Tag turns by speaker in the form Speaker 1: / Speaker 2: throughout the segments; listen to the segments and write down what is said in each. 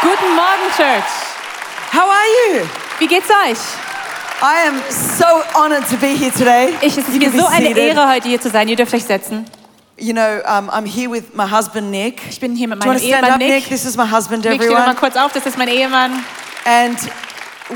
Speaker 1: Guten Morgen, Church.
Speaker 2: How are you?
Speaker 1: Wie geht's euch?
Speaker 2: I am so honored to be here today.
Speaker 1: Ich, es ist
Speaker 2: You
Speaker 1: mir
Speaker 2: can be
Speaker 1: so eine
Speaker 2: seated.
Speaker 1: Ehre, heute hier zu sein. Ihr dürft euch setzen.
Speaker 2: You know, um, I'm here with my husband Nick.
Speaker 1: Ich bin hier mit
Speaker 2: Do you
Speaker 1: meinem
Speaker 2: want to stand
Speaker 1: Ehemann
Speaker 2: up,
Speaker 1: Nick.
Speaker 2: Nick? This is my husband,
Speaker 1: Nick, steh doch mal
Speaker 2: everyone.
Speaker 1: kurz auf, das ist mein Ehemann.
Speaker 2: And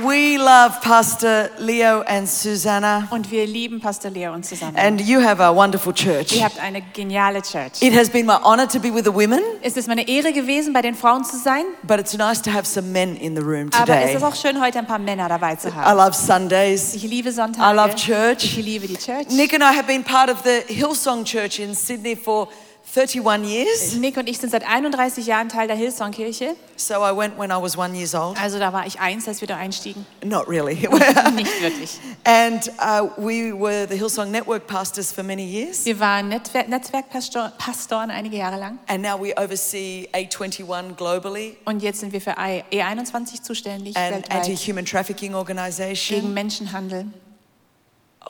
Speaker 2: we love Pastor Leo and Susanna.
Speaker 1: Und wir lieben Pastor Leo und zusammen.
Speaker 2: And you have a wonderful church.
Speaker 1: Ihr habt eine geniale Church.
Speaker 2: It has been my honor to be with the women,
Speaker 1: Es ist meine Ehre gewesen, bei den Frauen zu sein.
Speaker 2: but it's nice to have some men in the room
Speaker 1: Aber es
Speaker 2: today.
Speaker 1: ist auch schön, heute ein paar Männer dabei zu
Speaker 2: I
Speaker 1: haben.
Speaker 2: love Sundays.
Speaker 1: Ich liebe
Speaker 2: I love
Speaker 1: Sonntage. Ich
Speaker 2: church.
Speaker 1: liebe die Church.
Speaker 2: Nick and I have been part of the Hillsong Church in Sydney for 31 years.
Speaker 1: Nick und ich sind seit 31 Jahren Teil der Hillsong-Kirche.
Speaker 2: So I went when I was one years old.
Speaker 1: Also da war ich eins, als wir da einstiegen.
Speaker 2: Not really.
Speaker 1: Nicht wirklich.
Speaker 2: and uh, we were the Hillsong Network pastors for many years.
Speaker 1: Wir waren Netzwer Netzwerkpastoren Pastoren einige Jahre lang.
Speaker 2: And now we oversee A21 globally
Speaker 1: Und jetzt sind wir für I- E21 zuständig,
Speaker 2: and anti
Speaker 1: weltweit,
Speaker 2: human trafficking organization.
Speaker 1: gegen Menschenhandel.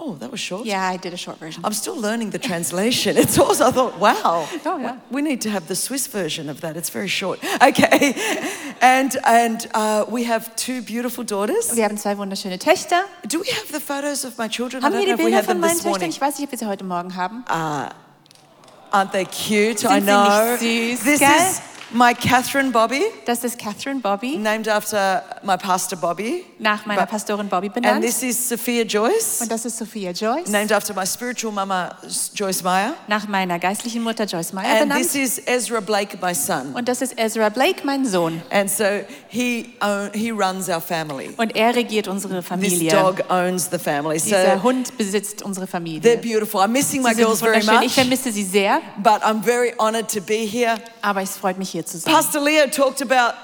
Speaker 2: Oh, that was short.
Speaker 1: Yeah, I did a short version.
Speaker 2: I'm still learning the translation. It's also, I thought, wow.
Speaker 1: Oh, yeah.
Speaker 2: We need to have the Swiss version of that. It's very short. Okay. And, and uh, we have two beautiful daughters.
Speaker 1: Wir haben zwei wunderschöne Töchter.
Speaker 2: Do we have the photos of my children?
Speaker 1: Haben
Speaker 2: I
Speaker 1: wir
Speaker 2: don't know
Speaker 1: die
Speaker 2: if we
Speaker 1: Bilder
Speaker 2: had
Speaker 1: von
Speaker 2: them
Speaker 1: meinen
Speaker 2: this
Speaker 1: Töchtern?
Speaker 2: morning. Ah.
Speaker 1: Ich weiß nicht, ob wir sie heute Morgen haben.
Speaker 2: Aren't they cute?
Speaker 1: sie
Speaker 2: I know.
Speaker 1: nicht süß,
Speaker 2: this
Speaker 1: gell?
Speaker 2: is my Catherine Bobby,
Speaker 1: Das ist Catherine Bobby,
Speaker 2: named after my pastor Bobby.
Speaker 1: nach meiner
Speaker 2: But-
Speaker 1: Pastorin Bobby
Speaker 2: And
Speaker 1: benannt.
Speaker 2: this is Sophia Joyce,
Speaker 1: Und das ist Sophia Joyce,
Speaker 2: named after my spiritual mama S- Joyce Meyer.
Speaker 1: nach meiner geistlichen Mutter Joyce Meyer
Speaker 2: And this
Speaker 1: benannt.
Speaker 2: is Ezra Blake, my son.
Speaker 1: Und das ist Ezra Blake, mein Sohn.
Speaker 2: And so he own, he runs our family.
Speaker 1: Und er regiert unsere
Speaker 2: This
Speaker 1: Familie.
Speaker 2: dog owns the family.
Speaker 1: Dieser
Speaker 2: So
Speaker 1: Hund besitzt unsere
Speaker 2: they're
Speaker 1: Familie.
Speaker 2: beautiful. I'm missing my
Speaker 1: Sie sind
Speaker 2: girls very
Speaker 1: wunderschön. Ich
Speaker 2: much,
Speaker 1: vermisse sie sehr,
Speaker 2: but I'm very honored to be here.
Speaker 1: aber es freut mich, hier zu sein.
Speaker 2: Pastor Leo talked about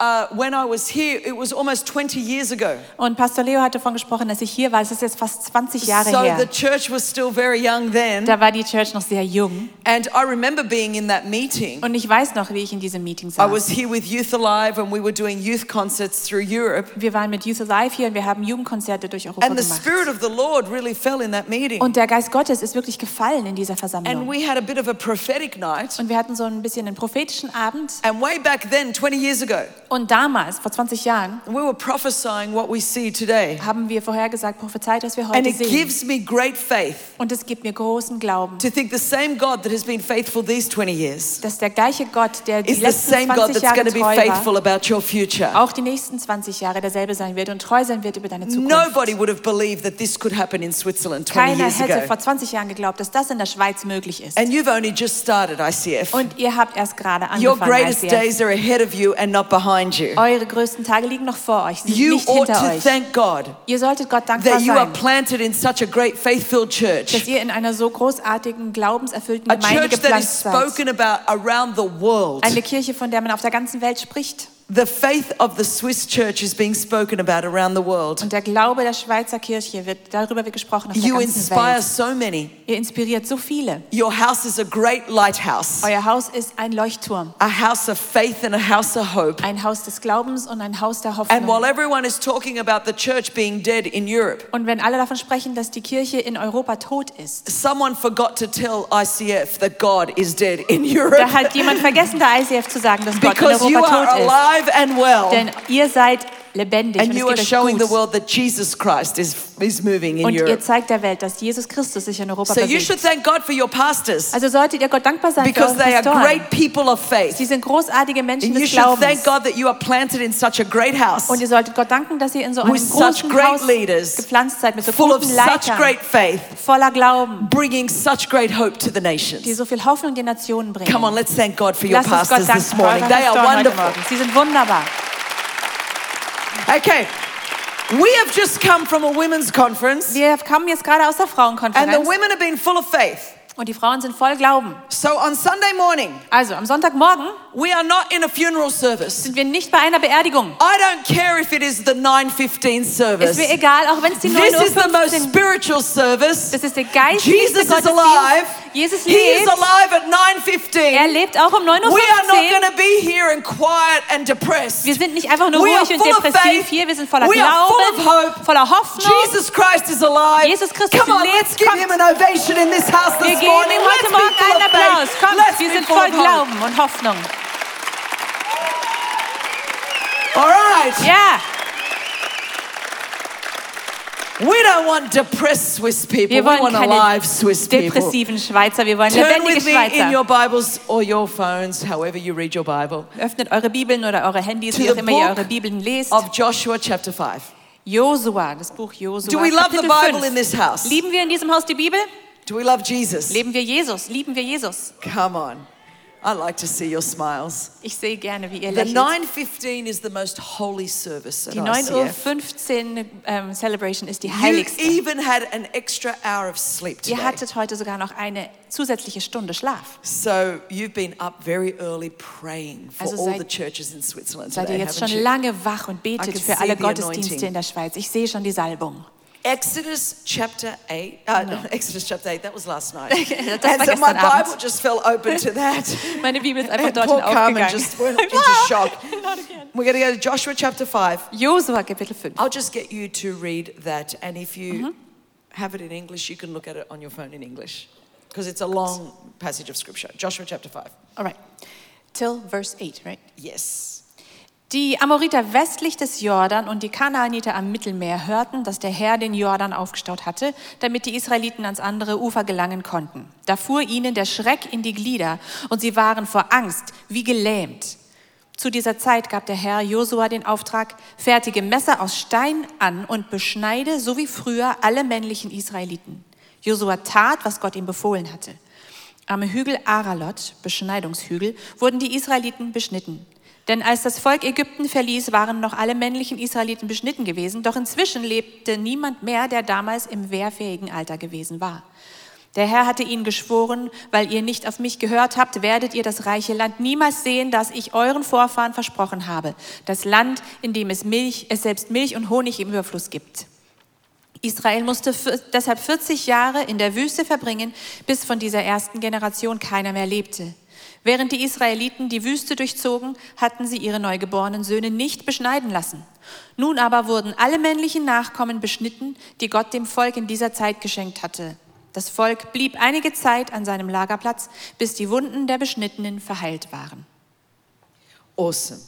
Speaker 2: uh, when I was here, it was almost 20 years ago.
Speaker 1: Und Pastor Leo hat davon gesprochen, dass ich hier war. Es ist jetzt fast 20 Jahre
Speaker 2: so the
Speaker 1: her.
Speaker 2: church was still very young then.
Speaker 1: Da war die Church noch sehr jung.
Speaker 2: And I remember being in that meeting.
Speaker 1: Und ich weiß noch, wie ich in diesem Meeting
Speaker 2: I
Speaker 1: saß.
Speaker 2: was here with Youth Alive and we were doing youth concerts through Europe.
Speaker 1: Wir waren mit Youth Alive hier und wir haben Jugendkonzerte durch Europa
Speaker 2: And the
Speaker 1: gemacht.
Speaker 2: Spirit of the Lord really fell in that meeting.
Speaker 1: Und der Geist Gottes ist wirklich gefallen in dieser
Speaker 2: And
Speaker 1: Versammlung.
Speaker 2: we had a bit of a prophetic night.
Speaker 1: Und wir hatten so ein bisschen einen prophetischen Abend.
Speaker 2: And way back then, 20 years ago,
Speaker 1: Und damals, vor 20 Jahren,
Speaker 2: we were prophesying what we see today.
Speaker 1: haben wir vorhergesagt, prophezeit, was wir
Speaker 2: And
Speaker 1: heute
Speaker 2: it
Speaker 1: sehen.
Speaker 2: gives me great faith
Speaker 1: Und es gibt mir großen Glauben,
Speaker 2: to think the same God that has been faithful these 20 years
Speaker 1: dass der gleiche Gott, der die
Speaker 2: is the
Speaker 1: letzten
Speaker 2: same God
Speaker 1: 20
Speaker 2: that's
Speaker 1: Jahre
Speaker 2: going to be
Speaker 1: treu war,
Speaker 2: faithful about your future.
Speaker 1: auch die nächsten 20 Jahre derselbe sein wird und treu sein wird über deine Zukunft.
Speaker 2: Nobody would have believed that this could happen in Switzerland 20
Speaker 1: Keiner
Speaker 2: years
Speaker 1: hätte
Speaker 2: ago.
Speaker 1: vor 20 Jahren geglaubt, dass das in der Schweiz möglich ist.
Speaker 2: And you've only just started ICF.
Speaker 1: Und ihr habt erst gerade
Speaker 2: Your
Speaker 1: angefangen.
Speaker 2: greatest
Speaker 1: als ihr-
Speaker 2: days are ahead of you and not behind you.
Speaker 1: Eure größten Tage liegen noch vor euch, sie sind
Speaker 2: You
Speaker 1: nicht
Speaker 2: ought
Speaker 1: hinter
Speaker 2: to
Speaker 1: euch.
Speaker 2: thank God
Speaker 1: Ihr solltet Gott dankbar
Speaker 2: that you are
Speaker 1: sein,
Speaker 2: planted in such a great faith filled
Speaker 1: dass
Speaker 2: church.
Speaker 1: ihr in einer so großartigen, glaubenserfüllten
Speaker 2: A
Speaker 1: Gemeinde
Speaker 2: church that
Speaker 1: gepflanzt
Speaker 2: is
Speaker 1: seid.
Speaker 2: spoken about around the world.
Speaker 1: Eine Kirche, von der man auf der ganzen Welt spricht.
Speaker 2: The faith of the Swiss church is being spoken about around the world.
Speaker 1: Und der Glaube der Schweizer Kirche wird, darüber wird gesprochen auf der
Speaker 2: You
Speaker 1: ganzen
Speaker 2: inspire
Speaker 1: Welt.
Speaker 2: so many.
Speaker 1: Ihr inspiriert so viele.
Speaker 2: Your house is a great lighthouse,
Speaker 1: Euer Haus ist ein Leuchtturm.
Speaker 2: a house of faith and a house of hope.
Speaker 1: Ein Haus des Glaubens und ein Haus der
Speaker 2: And while
Speaker 1: Hoffnung.
Speaker 2: everyone is talking about the church being dead in Europe,
Speaker 1: Und wenn alle davon sprechen, dass die Kirche in Europa tot ist,
Speaker 2: someone forgot to tell ICF that God is dead in
Speaker 1: Da
Speaker 2: Europe
Speaker 1: hat jemand vergessen, der ICF zu sagen, dass Gott in
Speaker 2: because you
Speaker 1: Europa
Speaker 2: are
Speaker 1: tot ist.
Speaker 2: alive and well.
Speaker 1: Denn ihr seid lebendig
Speaker 2: And you
Speaker 1: und
Speaker 2: are
Speaker 1: es geht euch
Speaker 2: showing the
Speaker 1: gut.
Speaker 2: world that Jesus Christ is, is moving in
Speaker 1: Und ihr
Speaker 2: Europe.
Speaker 1: zeigt der Welt, dass Jesus Christus sich in Europa
Speaker 2: So you
Speaker 1: bewegt.
Speaker 2: should thank God for your pastors
Speaker 1: Also solltet ihr Gott dankbar sein für
Speaker 2: because
Speaker 1: eure
Speaker 2: they are
Speaker 1: Pastoren.
Speaker 2: great people of faith.
Speaker 1: Sie sind großartige Menschen
Speaker 2: And you
Speaker 1: des
Speaker 2: should thank
Speaker 1: Glaubens.
Speaker 2: God that you are planted in such a great house
Speaker 1: Und ihr solltet Gott danken, dass ihr in so einem
Speaker 2: with such
Speaker 1: großen
Speaker 2: great
Speaker 1: Haus
Speaker 2: leaders,
Speaker 1: gepflanzt seid, mit so
Speaker 2: full of
Speaker 1: guten
Speaker 2: such
Speaker 1: Leitern,
Speaker 2: great faith,
Speaker 1: voller Glauben,
Speaker 2: bringing such great hope to the
Speaker 1: die
Speaker 2: nations.
Speaker 1: so viel Hoffnung den Nationen bringen.
Speaker 2: Come on, let's thank God for your
Speaker 1: Lasst uns
Speaker 2: pastors
Speaker 1: Gott danken
Speaker 2: this
Speaker 1: für eure
Speaker 2: morning. They are
Speaker 1: Pastoren heute
Speaker 2: wonderful.
Speaker 1: Morgen. Sie sind wunderbar.
Speaker 2: Okay. We have just come from a women's conference,
Speaker 1: Wir kamen jetzt gerade aus der
Speaker 2: and the
Speaker 1: Frauenkonferenz
Speaker 2: women have been full of faith.
Speaker 1: und die Frauen sind voll Glauben.
Speaker 2: So on Sunday morning,
Speaker 1: Also am Sonntagmorgen
Speaker 2: we are not in a funeral service.
Speaker 1: sind wir nicht bei einer Beerdigung.
Speaker 2: I don't care if it is the 9:15
Speaker 1: Ist
Speaker 2: service.
Speaker 1: mir egal, auch wenn es die 9
Speaker 2: This
Speaker 1: Uhr
Speaker 2: is the most
Speaker 1: 15
Speaker 2: spiritual service.
Speaker 1: Das ist der geistlichste
Speaker 2: Jesus is
Speaker 1: Gottesdienst.
Speaker 2: alive.
Speaker 1: Jesus
Speaker 2: He is
Speaker 1: lebt.
Speaker 2: alive at
Speaker 1: Er
Speaker 2: 9:15.
Speaker 1: lebt auch um 9 Uhr
Speaker 2: We are not
Speaker 1: 15.
Speaker 2: going to be here and quiet and depressed.
Speaker 1: Wir sind nicht einfach nur
Speaker 2: We are
Speaker 1: ruhig und
Speaker 2: full of faith.
Speaker 1: depressiv hier. Wir sind voller
Speaker 2: We are
Speaker 1: Glauben,
Speaker 2: full of hope.
Speaker 1: voller Hoffnung.
Speaker 2: Jesus Christ is alive.
Speaker 1: Jesus Christus
Speaker 2: Come on,
Speaker 1: lebt.
Speaker 2: let's give
Speaker 1: Kommt.
Speaker 2: him an ovation in this house
Speaker 1: wir
Speaker 2: this
Speaker 1: geben
Speaker 2: morning.
Speaker 1: ihm
Speaker 2: Let's
Speaker 1: heute
Speaker 2: be
Speaker 1: Morgen
Speaker 2: full
Speaker 1: einen
Speaker 2: of faith.
Speaker 1: Applaus. Kommt,
Speaker 2: Let's
Speaker 1: wir
Speaker 2: be
Speaker 1: sind
Speaker 2: full
Speaker 1: voll
Speaker 2: of hope.
Speaker 1: Glauben und Hoffnung.
Speaker 2: All right.
Speaker 1: Ja,
Speaker 2: We don't want depressed Swiss people.
Speaker 1: wir
Speaker 2: We
Speaker 1: wollen
Speaker 2: want
Speaker 1: keine
Speaker 2: alive Swiss people.
Speaker 1: depressiven Schweizer, wir wollen
Speaker 2: Turn
Speaker 1: lebendige
Speaker 2: with me in
Speaker 1: Schweizer.
Speaker 2: your Bibles or your phones, however you read your Bible,
Speaker 1: Öffnet eure Bibeln oder eure Handys,
Speaker 2: To
Speaker 1: wie auch
Speaker 2: the
Speaker 1: immer ihr
Speaker 2: book
Speaker 1: eure Bibeln lest.
Speaker 2: of Joshua chapter 5.
Speaker 1: Josua, das Buch Josua.
Speaker 2: Do we love the
Speaker 1: Kapitel
Speaker 2: Bible
Speaker 1: 5.
Speaker 2: in this house?
Speaker 1: Lieben wir in diesem Haus die Bibel?
Speaker 2: Do we love Jesus?
Speaker 1: Leben wir Jesus? Lieben wir Jesus?
Speaker 2: Come on. I like to see your smiles.
Speaker 1: Ich sehe gerne, wie ihr
Speaker 2: The
Speaker 1: lächelt.
Speaker 2: 9:15 is the most holy service at
Speaker 1: Die
Speaker 2: ICF.
Speaker 1: 9.15 Uhr ähm, Celebration ist die
Speaker 2: You
Speaker 1: heiligste.
Speaker 2: even had an extra hour of sleep
Speaker 1: Ihr
Speaker 2: today.
Speaker 1: hattet heute sogar noch eine zusätzliche Stunde Schlaf.
Speaker 2: So you've been up very early praying for
Speaker 1: Also
Speaker 2: all
Speaker 1: seid-
Speaker 2: the churches in Switzerland
Speaker 1: Seid ihr
Speaker 2: today,
Speaker 1: jetzt
Speaker 2: haven't
Speaker 1: schon
Speaker 2: you?
Speaker 1: lange wach und
Speaker 2: I
Speaker 1: betet für
Speaker 2: can see
Speaker 1: alle
Speaker 2: the
Speaker 1: Gottesdienste
Speaker 2: anointing.
Speaker 1: in der Schweiz? Ich sehe schon die Salbung.
Speaker 2: Exodus chapter 8. Uh, Exodus chapter 8, that was last night.
Speaker 1: das war
Speaker 2: and so my
Speaker 1: gestern Abend.
Speaker 2: Bible just fell open to that.
Speaker 1: Meine Bibel ist einfach
Speaker 2: and
Speaker 1: dorthin
Speaker 2: poor Carmen just went
Speaker 1: aufgegangen.
Speaker 2: into shock. We're going to go to Joshua chapter 5.
Speaker 1: Josua Kapitel 5.
Speaker 2: I'll just get you to read that. And if you have it in English, you can look at it on your phone in English because it's a long passage of scripture. Joshua chapter 5.
Speaker 1: Alright. Till verse 8, right?
Speaker 2: Yes.
Speaker 1: Die Amoriter westlich des Jordan und die Kanaaniter am Mittelmeer hörten, dass der Herr den Jordan aufgestaut hatte, damit die Israeliten ans andere Ufer gelangen konnten. Da fuhr ihnen der Schreck in die Glieder und sie waren vor Angst wie gelähmt. Zu dieser Zeit gab der Herr Josua den Auftrag, fertige Messer aus Stein an und beschneide, so wie früher, alle männlichen Israeliten. Josua tat, was Gott ihm befohlen hatte. Am Hügel Aralot, Beschneidungshügel, wurden die Israeliten beschnitten. Denn als das Volk Ägypten verließ, waren noch alle männlichen Israeliten beschnitten gewesen, doch inzwischen lebte niemand mehr, der damals im wehrfähigen Alter gewesen war. Der Herr hatte ihnen geschworen, weil ihr nicht auf mich gehört habt, werdet ihr das reiche Land niemals sehen, das ich euren Vorfahren versprochen habe, das Land, in dem es Milch, es selbst Milch und Honig im Überfluss gibt. Israel musste für- deshalb 40 Jahre in der Wüste verbringen, bis von dieser ersten Generation keiner mehr lebte. Während die Israeliten die Wüste durchzogen, hatten sie ihre neugeborenen Söhne nicht beschneiden lassen. Nun aber wurden alle männlichen Nachkommen beschnitten, die Gott dem Volk in dieser Zeit geschenkt hatte. Das Volk blieb einige Zeit an seinem Lagerplatz, bis die Wunden der Beschnittenen verheilt waren.
Speaker 2: Awesome.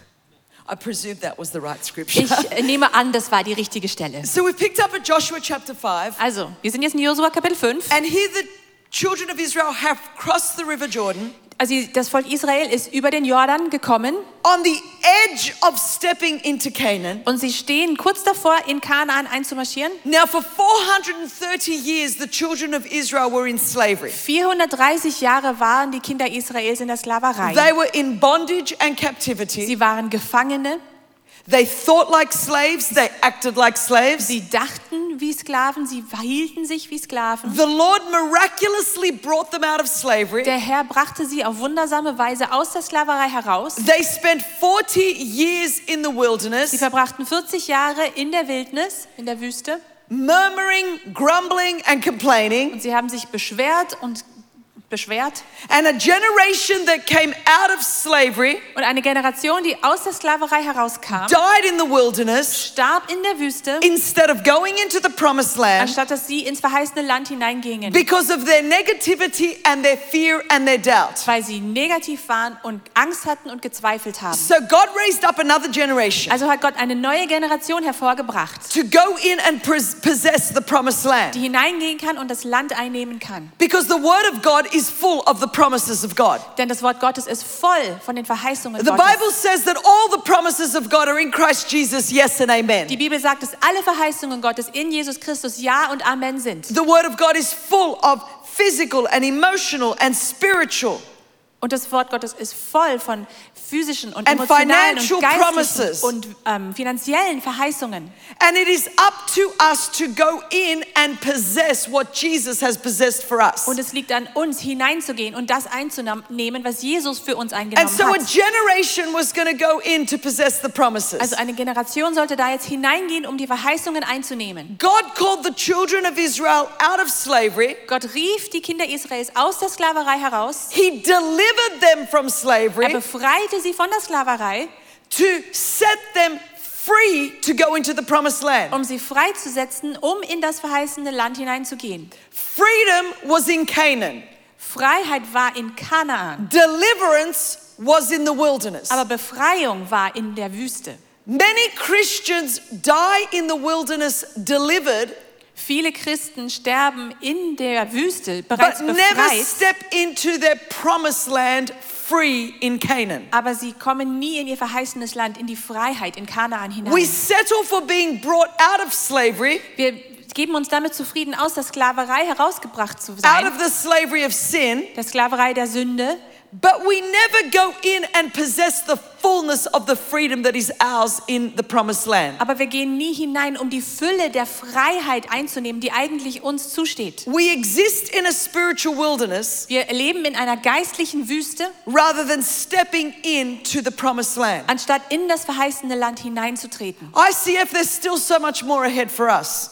Speaker 2: I presume that was the right scripture.
Speaker 1: Ich äh, nehme an, das war die richtige Stelle.
Speaker 2: so we've picked up at Joshua chapter 5.
Speaker 1: Also, wir sind jetzt in Josua Kapitel 5.
Speaker 2: And here the children of Israel have crossed the river Jordan
Speaker 1: Also das Volk Israel ist über den Jordan gekommen
Speaker 2: on the edge of stepping into Canaan.
Speaker 1: und sie stehen kurz davor, in Kanaan einzumarschieren.
Speaker 2: Now, for 430 years, the children of Israel were in slavery.
Speaker 1: 430 Jahre waren die Kinder Israels in der Sklaverei.
Speaker 2: They were in bondage and captivity.
Speaker 1: Sie waren Gefangene,
Speaker 2: They thought like slaves, they acted like slaves.
Speaker 1: sie dachten wie Sklaven, sie verhielten sich wie Sklaven.
Speaker 2: The Lord miraculously brought them out of slavery.
Speaker 1: Der Herr brachte sie auf wundersame Weise aus der Sklaverei heraus.
Speaker 2: They spent 40 years in the
Speaker 1: Sie
Speaker 2: wilderness,
Speaker 1: verbrachten 40 Jahre in der Wildnis, in der Wüste.
Speaker 2: murmuring, grumbling, and complaining.
Speaker 1: Und sie haben sich beschwert und beschwert.
Speaker 2: And a generation that came out of slavery
Speaker 1: Und eine Generation, die aus der Sklaverei herauskam,
Speaker 2: died in the wilderness
Speaker 1: starb in der Wüste.
Speaker 2: instead of going into the promised land
Speaker 1: anstatt dass sie ins verheißene Land hineingingen,
Speaker 2: because of their negativity and their fear and their doubt.
Speaker 1: weil sie negativ waren und Angst hatten und gezweifelt haben.
Speaker 2: So God raised up another generation
Speaker 1: Also hat Gott eine neue Generation hervorgebracht,
Speaker 2: to go in and pos- possess the promised
Speaker 1: die
Speaker 2: land
Speaker 1: hineingehen kann und das Land einnehmen kann.
Speaker 2: because the word of God is full of the promises of God.
Speaker 1: Denn das Wort Gottes ist voll von den Verheißungen
Speaker 2: The
Speaker 1: Gottes.
Speaker 2: Bible says that all the promises of God are in Christ Jesus, yes and
Speaker 1: Die
Speaker 2: amen.
Speaker 1: Bibel sagt, dass alle Verheißungen Gottes in Jesus Christus Ja und Amen sind.
Speaker 2: The word of God is full of physical and emotional and spiritual
Speaker 1: Und das Wort Gottes ist voll von physischen und
Speaker 2: And
Speaker 1: emotionalen
Speaker 2: financial
Speaker 1: und
Speaker 2: promises.
Speaker 1: geistlichen und ähm, finanziellen Verheißungen.
Speaker 2: And it is up to us to go in and possess what Jesus has possessed for us.
Speaker 1: Und es liegt an uns, hineinzugehen und das einzunehmen, was Jesus für uns
Speaker 2: And
Speaker 1: eingenommen
Speaker 2: so
Speaker 1: hat.
Speaker 2: a generation was going to go in to possess the promises.
Speaker 1: Also eine Generation sollte da jetzt hineingehen, um die Verheißungen einzunehmen.
Speaker 2: God called the children of Israel out of slavery.
Speaker 1: Gott rief die Kinder Israels aus der Sklaverei heraus.
Speaker 2: He delivered them from
Speaker 1: Er
Speaker 2: slavery
Speaker 1: befreite sie von der Sklaverei,
Speaker 2: to set them free to go into the promised land.
Speaker 1: um sie freizusetzen, um in das verheißene Land hineinzugehen.
Speaker 2: Freedom was in Canaan.
Speaker 1: Freiheit war in Kanaan.
Speaker 2: Deliverance was in the wilderness.
Speaker 1: Aber Befreiung war in der Wüste.
Speaker 2: Many Christians die in the wilderness delivered,
Speaker 1: Viele Christen sterben in der Wüste
Speaker 2: but
Speaker 1: bereits
Speaker 2: never
Speaker 1: befreit,
Speaker 2: step into their promised land free in Canaan.
Speaker 1: aber sie kommen nie in ihr verheißenes Land, in die Freiheit, in Kanaan hinein.
Speaker 2: We settle for being brought out of slavery,
Speaker 1: Wir geben uns damit zufrieden aus, der Sklaverei herausgebracht zu
Speaker 2: out
Speaker 1: sein,
Speaker 2: of the slavery of sin,
Speaker 1: der Sklaverei der Sünde,
Speaker 2: but we never go in and possess the fullness of the freedom that is ours in the promised land.
Speaker 1: aber wir gehen nie hinein, um die Fülle der Freiheit einzunehmen, die eigentlich uns zusteht.
Speaker 2: We exist in a spiritual wilderness
Speaker 1: Wir leben in einer geistlichen Wüste,
Speaker 2: rather than stepping into the promised land.
Speaker 1: anstatt in das verheißene Land hineinzutreten.
Speaker 2: ICF, there's still so much more ahead for us.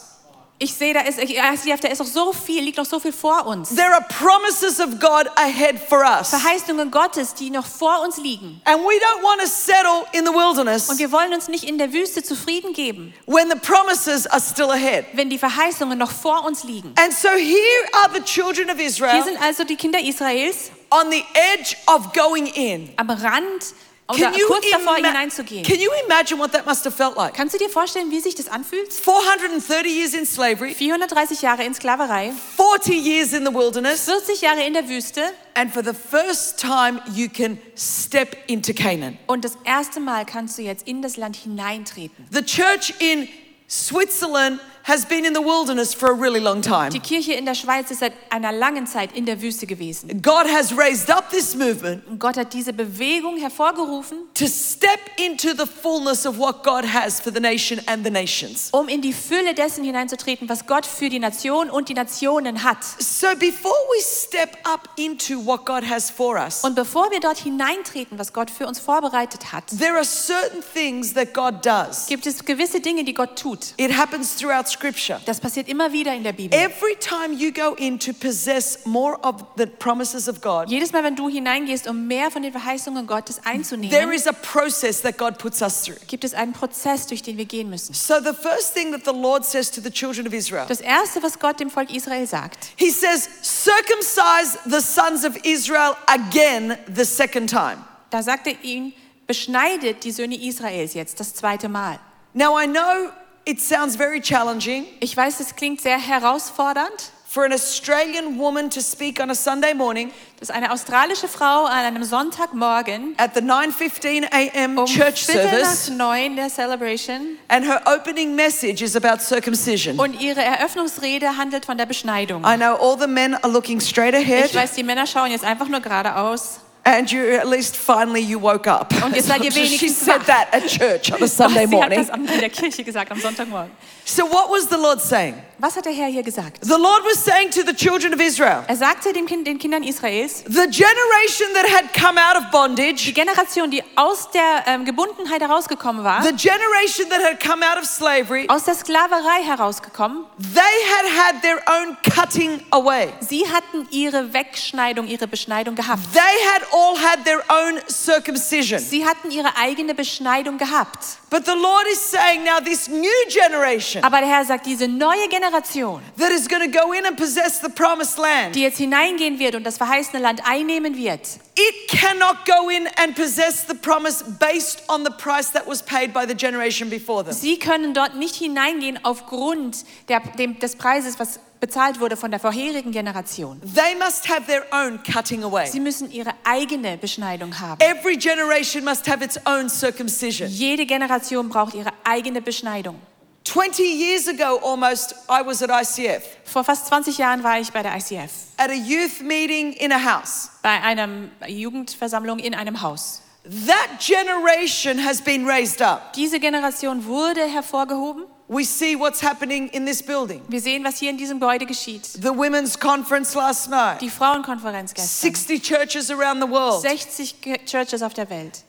Speaker 1: Ich sehe, da ist, ich, ICF, da ist noch so viel, liegt noch so viel vor uns.
Speaker 2: There are promises of God ahead for us.
Speaker 1: Verheißungen Gottes, die noch vor uns liegen.
Speaker 2: And we don't want to settle in the wilderness
Speaker 1: Und wir wollen uns nicht in der Wüste zufrieden geben,
Speaker 2: when the promises are still ahead.
Speaker 1: wenn die Verheißungen noch vor uns liegen.
Speaker 2: And so here are the children of
Speaker 1: Hier
Speaker 2: Israel
Speaker 1: sind also die Kinder Israels
Speaker 2: on the edge of going in.
Speaker 1: am Rand oder
Speaker 2: Can you,
Speaker 1: kurz davor
Speaker 2: ima-
Speaker 1: hineinzugehen.
Speaker 2: can you imagine what that must have felt like?
Speaker 1: Kannst du dir vorstellen, wie sich das anfühlt?
Speaker 2: 430 years in slavery,
Speaker 1: 430 Jahre in Sklaverei,
Speaker 2: 40 years in the wilderness,
Speaker 1: 40 Jahre in der Wüste
Speaker 2: and for the first time you can step into Canaan.
Speaker 1: und das erste Mal kannst du jetzt in das Land hineintreten.
Speaker 2: The church in Switzerland has been in the wilderness for a really long time.
Speaker 1: Die Kirche in der Schweiz ist seit einer langen Zeit in der Wüste gewesen.
Speaker 2: God has raised up this movement
Speaker 1: Und Gott hat diese Bewegung hervorgerufen,
Speaker 2: to step into the fullness of what God has for the nation and the nations.
Speaker 1: um in die Fülle dessen hineinzutreten, was Gott für die Nation und die Nationen hat.
Speaker 2: So before we step up into what God has for us,
Speaker 1: Und bevor wir dort hineintreten, was Gott für uns vorbereitet hat,
Speaker 2: there are certain things that God does.
Speaker 1: gibt es gewisse Dinge, die Gott tut.
Speaker 2: It happens throughout scripture.
Speaker 1: Das passiert immer wieder in der Bibel.
Speaker 2: Every time you go in to possess more of the promises of God,
Speaker 1: Jedes Mal, wenn du hineingehst, um mehr von den Verheißungen Gottes
Speaker 2: there
Speaker 1: einzunehmen,
Speaker 2: is a process that God puts us through.
Speaker 1: gibt es einen Prozess, durch den wir gehen müssen.
Speaker 2: So the first thing that the Lord says to the children of Israel,
Speaker 1: Das Erste, was Gott dem Volk Israel sagt,
Speaker 2: He says, circumcise the sons of Israel again the second time.
Speaker 1: da sagt er ihnen, beschneidet die Söhne Israels jetzt das zweite Mal.
Speaker 2: Now, I know it sounds very challenging
Speaker 1: Ich weiß, das klingt sehr herausfordernd,
Speaker 2: for an Australian woman to speak on a Sunday morning
Speaker 1: dass eine australische Frau an einem Sonntagmorgen
Speaker 2: at the 9:15 a.m.
Speaker 1: um
Speaker 2: church
Speaker 1: Viertel
Speaker 2: service
Speaker 1: nach neun der Celebration
Speaker 2: and her opening message is about circumcision.
Speaker 1: und ihre Eröffnungsrede handelt von der Beschneidung.
Speaker 2: I know all the men are looking straight ahead
Speaker 1: Ich weiß, die Männer schauen jetzt einfach nur geradeaus.
Speaker 2: and you at least finally you woke up.
Speaker 1: Und ihr seid ihr
Speaker 2: she
Speaker 1: wenigstens
Speaker 2: said
Speaker 1: wach.
Speaker 2: that at church on a Sunday
Speaker 1: Sie hat
Speaker 2: morning.
Speaker 1: das am- in der Kirche gesagt, am Sonntagmorgen.
Speaker 2: So what was the Lord saying?
Speaker 1: Was hat der Herr hier gesagt?
Speaker 2: The Lord was saying to the children of Israel,
Speaker 1: Er sagte dem kind, den Kindern Israels,
Speaker 2: the generation that had come out of
Speaker 1: die
Speaker 2: bondage,
Speaker 1: Generation, die aus der ähm, Gebundenheit herausgekommen war,
Speaker 2: the generation that had come out of slavery,
Speaker 1: aus der Sklaverei herausgekommen,
Speaker 2: they had had their own cutting away.
Speaker 1: sie hatten ihre Wegschneidung, ihre Beschneidung gehabt.
Speaker 2: They had all had their own circumcision.
Speaker 1: Sie hatten ihre eigene Beschneidung gehabt.
Speaker 2: But the Lord is saying now, this new generation
Speaker 1: Aber der Herr sagt, diese neue Generation,
Speaker 2: that is going to go in and possess the promised land,
Speaker 1: die jetzt hineingehen wird und das verheißene Land einnehmen wird,
Speaker 2: it cannot go in and possess the promise based on the price that was paid by the generation before them.
Speaker 1: sie können dort nicht hineingehen aufgrund der, dem, des Preises, was bezahlt wurde von der vorherigen Generation.
Speaker 2: They must have their own cutting away.
Speaker 1: Sie müssen ihre eigene Beschneidung haben.
Speaker 2: Every generation must have its own circumcision.
Speaker 1: Jede Generation braucht ihre eigene Beschneidung.
Speaker 2: 20 years ago almost, I was at ICF
Speaker 1: Vor fast 20 Jahren war ich bei der ICF,
Speaker 2: at a youth meeting in a house.
Speaker 1: bei einer Jugendversammlung in einem Haus.
Speaker 2: That generation has been raised up.
Speaker 1: Diese Generation wurde hervorgehoben.
Speaker 2: We see what's happening in this building.
Speaker 1: Wir sehen, was hier in diesem Gebäude geschieht.
Speaker 2: The women's conference last night,
Speaker 1: Die Frauenkonferenz gestern.
Speaker 2: 60 churches around the world.
Speaker 1: 60 Ge- Churches auf der Welt.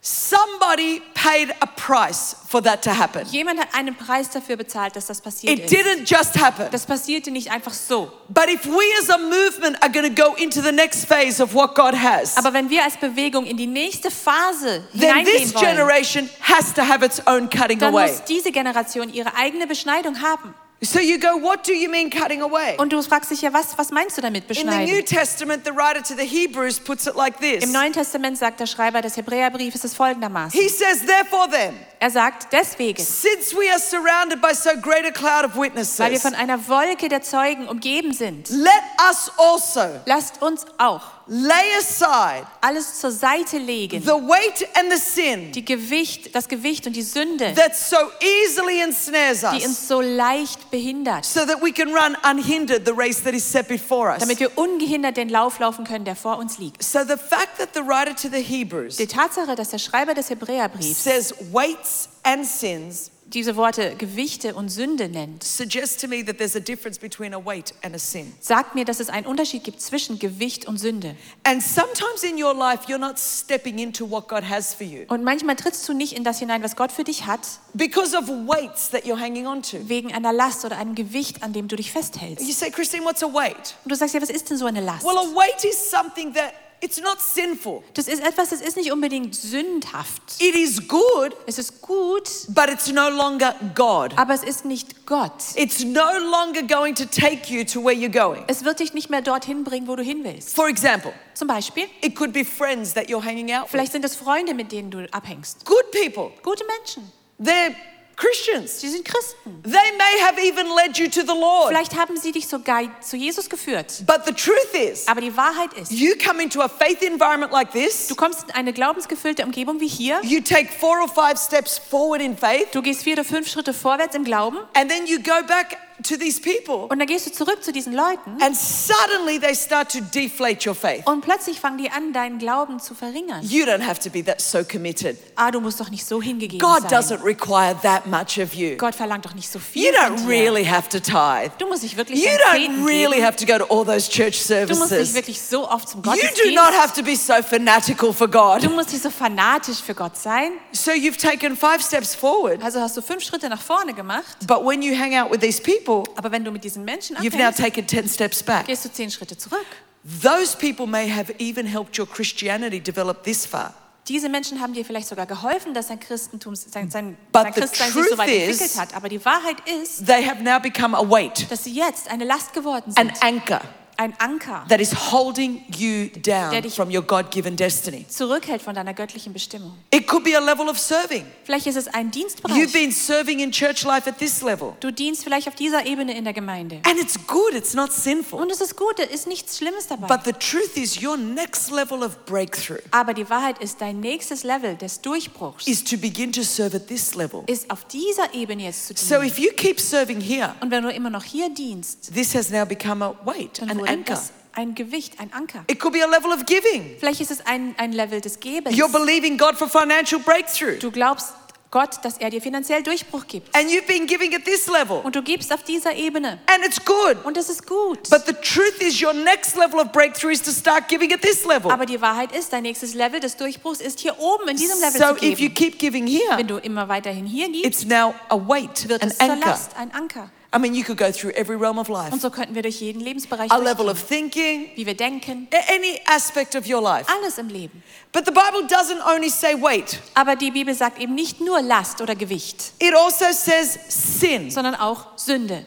Speaker 2: Somebody paid a price for that to happen.
Speaker 1: Jemand hat einen Preis dafür bezahlt, dass das passiert
Speaker 2: It
Speaker 1: ist.
Speaker 2: didn't just happen.
Speaker 1: Das passierte nicht einfach so.
Speaker 2: But if we as a movement are going to go into the next phase of what God has,
Speaker 1: Aber wenn wir als Bewegung in die nächste Phase
Speaker 2: then this
Speaker 1: hineingehen wollen,
Speaker 2: generation has to have its own cutting
Speaker 1: dann
Speaker 2: away.
Speaker 1: muss diese Generation ihre eigene Beschneidung haben.
Speaker 2: So you go, what do you mean cutting away?
Speaker 1: Und du fragst dich ja, was, was meinst du damit
Speaker 2: In the New
Speaker 1: beschneiden?
Speaker 2: Testament, the writer to the Hebrews puts it like this.
Speaker 1: Im Neuen Testament sagt der Schreiber des Hebräerbriefes es folgendermaßen.
Speaker 2: He says, therefore then,
Speaker 1: Er sagt, deswegen,
Speaker 2: since we are surrounded by so great a cloud of
Speaker 1: weil wir
Speaker 2: witnesses,
Speaker 1: von einer Wolke der Zeugen umgeben sind,
Speaker 2: let us also
Speaker 1: lasst uns auch
Speaker 2: lay aside
Speaker 1: alles zur Seite legen.
Speaker 2: the weight and the sin
Speaker 1: Die Gewicht, das Gewicht und die Sünde,
Speaker 2: that so easily ensnares
Speaker 1: die
Speaker 2: us,
Speaker 1: uns so leicht behindert,
Speaker 2: so that we can run unhindered the race that is set before us.
Speaker 1: damit wir ungehindert den Lauf laufen können, der vor uns liegt.
Speaker 2: So the fact that the writer to the Hebrews
Speaker 1: Die Tatsache, dass der Schreiber des Hebräerbriefs
Speaker 2: says weights and sins
Speaker 1: diese Worte Gewichte und Sünde nennt,
Speaker 2: suggests to me that there's a difference between a weight and a sin.
Speaker 1: sagt mir, dass es einen Unterschied gibt zwischen Gewicht und Sünde.
Speaker 2: And sometimes in your life, you're not stepping into what God has for you
Speaker 1: Und manchmal trittst du nicht in das hinein, was Gott für dich hat,
Speaker 2: because of weights that you're hanging on to.
Speaker 1: wegen einer Last oder einem Gewicht, an dem du dich
Speaker 2: You
Speaker 1: festhältst.
Speaker 2: say, Christine, what's a weight?
Speaker 1: Und du sagst ja, was ist denn so eine Last?
Speaker 2: Well, a weight is something that it's not sinful.
Speaker 1: Das ist etwas, das ist nicht unbedingt sündhaft.
Speaker 2: It is good,
Speaker 1: Es ist gut,
Speaker 2: but it's no longer God.
Speaker 1: aber es ist nicht Gott.
Speaker 2: It's no longer going to take you to where you're going.
Speaker 1: Es wird dich nicht mehr dorthin bringen, wo du hin willst.
Speaker 2: For example,
Speaker 1: Zum Beispiel,
Speaker 2: it could be friends that you're hanging out with.
Speaker 1: vielleicht sind es Freunde, mit denen du abhängst.
Speaker 2: Good people,
Speaker 1: Gute Menschen,
Speaker 2: they're Christians.
Speaker 1: sie sind Christen.
Speaker 2: They may have even led you to the Lord.
Speaker 1: Vielleicht haben sie dich sogar zu Jesus geführt.
Speaker 2: But the truth is,
Speaker 1: Aber die Wahrheit ist,
Speaker 2: you come into a faith environment like this,
Speaker 1: du kommst in eine glaubensgefüllte Umgebung wie hier.
Speaker 2: you take four or five steps forward in faith,
Speaker 1: Du gehst vier oder fünf Schritte vorwärts im Glauben
Speaker 2: and then you go back to these people,
Speaker 1: und dann gehst du zurück zu diesen Leuten
Speaker 2: and suddenly they start to deflate your faith.
Speaker 1: und plötzlich fangen die an, deinen Glauben zu verringern.
Speaker 2: You don't have to be that so committed.
Speaker 1: Ah, du musst doch nicht so hingegeben
Speaker 2: God
Speaker 1: sein.
Speaker 2: doesn't require that much of you.
Speaker 1: Gott verlangt doch nicht so viel.
Speaker 2: You
Speaker 1: von
Speaker 2: don't
Speaker 1: dir.
Speaker 2: really have to tithe.
Speaker 1: du musst nicht wirklich
Speaker 2: You
Speaker 1: dein
Speaker 2: don't
Speaker 1: Zehnten
Speaker 2: really
Speaker 1: geben.
Speaker 2: have to go to all those church
Speaker 1: Du musst nicht
Speaker 2: services.
Speaker 1: wirklich so oft zum
Speaker 2: You
Speaker 1: Gottesdienst.
Speaker 2: do not have to be so fanatical for
Speaker 1: Du
Speaker 2: God.
Speaker 1: musst nicht so fanatisch für Gott sein.
Speaker 2: So you've taken five steps forward,
Speaker 1: Also hast du fünf Schritte nach vorne gemacht,
Speaker 2: but when you hang out with these people,
Speaker 1: aber wenn du mit diesen Menschen
Speaker 2: You've now
Speaker 1: abhängst,
Speaker 2: taken 10 steps back.
Speaker 1: gehst du zehn Schritte zurück.
Speaker 2: Those people may have even helped your Christianity develop this far.
Speaker 1: Diese Menschen haben dir vielleicht sogar geholfen, dass sein Christentum, sein, sein,
Speaker 2: But
Speaker 1: sein
Speaker 2: the
Speaker 1: Christsein sich so
Speaker 2: truth
Speaker 1: weit
Speaker 2: is-
Speaker 1: entwickelt hat. Aber die Wahrheit ist,
Speaker 2: They have now become a weight,
Speaker 1: dass sie jetzt eine Last geworden
Speaker 2: an
Speaker 1: sind,
Speaker 2: anchor
Speaker 1: ein Anker,
Speaker 2: that is holding you
Speaker 1: Der
Speaker 2: down
Speaker 1: dich-
Speaker 2: from your God given destiny.
Speaker 1: zurückhält von deiner göttlichen Bestimmung.
Speaker 2: It could be a level of serving.
Speaker 1: Vielleicht ist es ein Dienstbereich.
Speaker 2: You've been serving in church life at this level,
Speaker 1: Du dienst vielleicht auf dieser Ebene in der Gemeinde.
Speaker 2: and it's good, it's not sinful.
Speaker 1: Und es ist gut, es ist nichts Schlimmes dabei.
Speaker 2: But the truth is, your next level of breakthrough
Speaker 1: Aber die Wahrheit ist, dein nächstes Level des Durchbruchs
Speaker 2: is to begin to serve at this level.
Speaker 1: ist auf dieser Ebene jetzt zu
Speaker 2: So
Speaker 1: dienen.
Speaker 2: if you keep serving here,
Speaker 1: Und wenn du immer noch hier dienst,
Speaker 2: this has now become a weight,
Speaker 1: dann
Speaker 2: an
Speaker 1: wurde
Speaker 2: anchor.
Speaker 1: das ein Gewicht, ein Anker.
Speaker 2: It could be a level of giving.
Speaker 1: Vielleicht ist es ein, ein Level des Gebens.
Speaker 2: You're believing God for financial breakthrough.
Speaker 1: Du glaubst Gott, dass er dir finanziell Durchbruch gibt.
Speaker 2: And you've been giving at this level.
Speaker 1: Und du gibst auf dieser Ebene.
Speaker 2: And it's good.
Speaker 1: Und das ist gut.
Speaker 2: But the truth is, your next level of breakthrough is to start giving at this level.
Speaker 1: Aber die Wahrheit ist, dein nächstes Level des Durchbruchs ist hier oben in diesem Level
Speaker 2: So
Speaker 1: zu
Speaker 2: if you
Speaker 1: geben.
Speaker 2: keep giving
Speaker 1: Wenn
Speaker 2: here,
Speaker 1: du immer weiterhin hier gibst,
Speaker 2: it's now a weight,
Speaker 1: wird
Speaker 2: an
Speaker 1: es zur
Speaker 2: anchor.
Speaker 1: Last, ein Anker.
Speaker 2: I mean, you could go through every realm of
Speaker 1: Und
Speaker 2: life
Speaker 1: so könnten wir durch jeden Lebensbereich
Speaker 2: a level of
Speaker 1: durchgehen,
Speaker 2: thinking,
Speaker 1: wie wir denken,
Speaker 2: a- any aspect of your life.
Speaker 1: alles im Leben.
Speaker 2: But the Bible doesn't only say weight,
Speaker 1: Aber die Bibel sagt eben nicht nur Last oder Gewicht,
Speaker 2: it also says sin.
Speaker 1: sondern auch Sünde.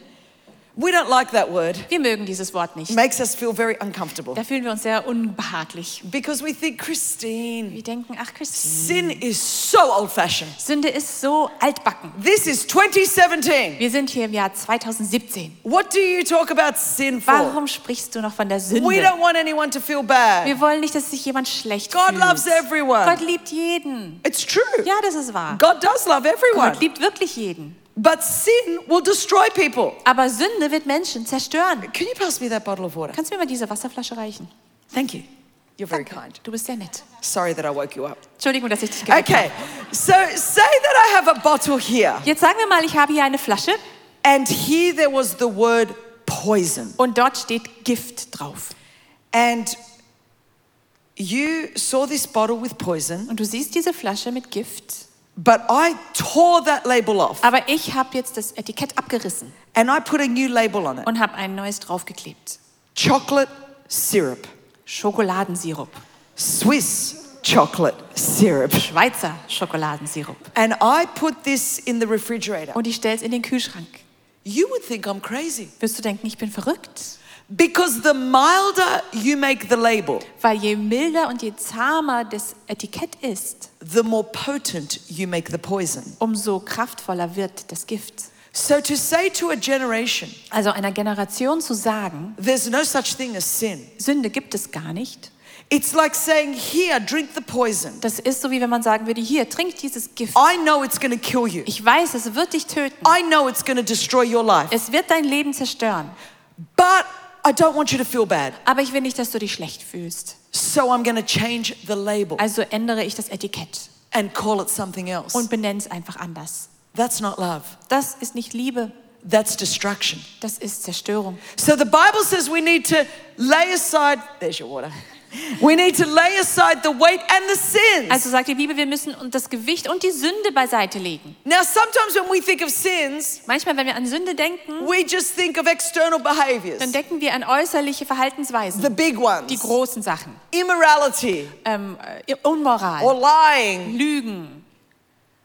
Speaker 2: We don't like that word,
Speaker 1: Wir mögen dieses Wort nicht.
Speaker 2: it makes us feel very uncomfortable
Speaker 1: Da fühlen wir uns sehr unbehaglich.
Speaker 2: because we think, Christine,
Speaker 1: Wir denken, ach Christine,
Speaker 2: sin is so old fashioned.
Speaker 1: Sünde ist so altbacken.
Speaker 2: This is 2017.
Speaker 1: Wir sind hier im Jahr 2017.
Speaker 2: What do you talk about sin for?
Speaker 1: Warum sprichst du noch von der
Speaker 2: We
Speaker 1: Sünde?
Speaker 2: don't want anyone to feel bad.
Speaker 1: Wir wollen nicht, dass sich jemand schlecht
Speaker 2: God
Speaker 1: fühlt.
Speaker 2: loves everyone.
Speaker 1: Gott liebt jeden.
Speaker 2: It's true.
Speaker 1: Ja, das ist wahr.
Speaker 2: God does love everyone.
Speaker 1: Gott liebt wirklich jeden.
Speaker 2: But sin will destroy people.
Speaker 1: Aber Sünde wird Menschen zerstören.
Speaker 2: Can you pass me that bottle of water?
Speaker 1: Kannst du mir mal diese Wasserflasche reichen?
Speaker 2: Thank you. You're very kind.
Speaker 1: Du bist sehr nett.
Speaker 2: Sorry that I woke you up.
Speaker 1: Entschuldigung, dass ich dich geweckt
Speaker 2: Okay, so say that I have a bottle here.
Speaker 1: habe. Jetzt sagen wir mal, ich habe hier eine Flasche
Speaker 2: And here there was the word poison.
Speaker 1: und dort steht Gift drauf.
Speaker 2: And you saw this bottle with poison,
Speaker 1: Und du siehst diese Flasche mit Gift.
Speaker 2: but I tore that label off
Speaker 1: Aber ich habe jetzt das Etikett abgerissen
Speaker 2: and I put a new label on it.
Speaker 1: und habe ein neues draufgeklebt.
Speaker 2: chocolate syrup,
Speaker 1: Schokoladensirup.
Speaker 2: Swiss chocolate syrup.
Speaker 1: Schweizer Schokoladensirup.
Speaker 2: And I put this in the refrigerator.
Speaker 1: Und ich stelle es in den Kühlschrank.
Speaker 2: you would think I'm crazy.
Speaker 1: wirst du denken, ich bin verrückt.
Speaker 2: Because the milder you make the label,
Speaker 1: Weil je milder und je zahmer das Etikett ist,
Speaker 2: the more potent you make the poison.
Speaker 1: umso kraftvoller wird das Gift.
Speaker 2: So to say to a generation,
Speaker 1: Also einer Generation zu sagen,
Speaker 2: there's no such thing as sin,
Speaker 1: Sünde gibt es gar nicht,
Speaker 2: it's like saying, here, drink the poison.
Speaker 1: das ist so, wie wenn man sagen würde, hier, trink dieses Gift.
Speaker 2: I know it's going to kill you.
Speaker 1: Ich weiß, es wird dich töten.
Speaker 2: I know it's going to destroy your life.
Speaker 1: Es wird dein Leben zerstören.
Speaker 2: But I don't want you to feel bad.
Speaker 1: Aber ich will nicht, dass du dich schlecht fühlst.
Speaker 2: So I'm going to change the label
Speaker 1: Also ändere ich das Etikett
Speaker 2: and call it something else.
Speaker 1: und benenne es einfach anders.
Speaker 2: That's not love.
Speaker 1: Das ist nicht Liebe,
Speaker 2: That's destruction.
Speaker 1: das ist Zerstörung.
Speaker 2: So the Bible says we need to lay aside, there's your water. We need to lay aside the weight and the sins.
Speaker 1: Also sagt die Bibel, wir müssen und das Gewicht und die Sünde beiseite legen.
Speaker 2: Now, sometimes when we think of sins,
Speaker 1: Manchmal, wenn wir an Sünde denken,
Speaker 2: we just think of external behaviors,
Speaker 1: dann denken wir an äußerliche Verhaltensweisen,
Speaker 2: the big ones,
Speaker 1: die großen Sachen,
Speaker 2: immorality
Speaker 1: ähm, äh,
Speaker 2: or
Speaker 1: Unmoral,
Speaker 2: lying.
Speaker 1: Lügen.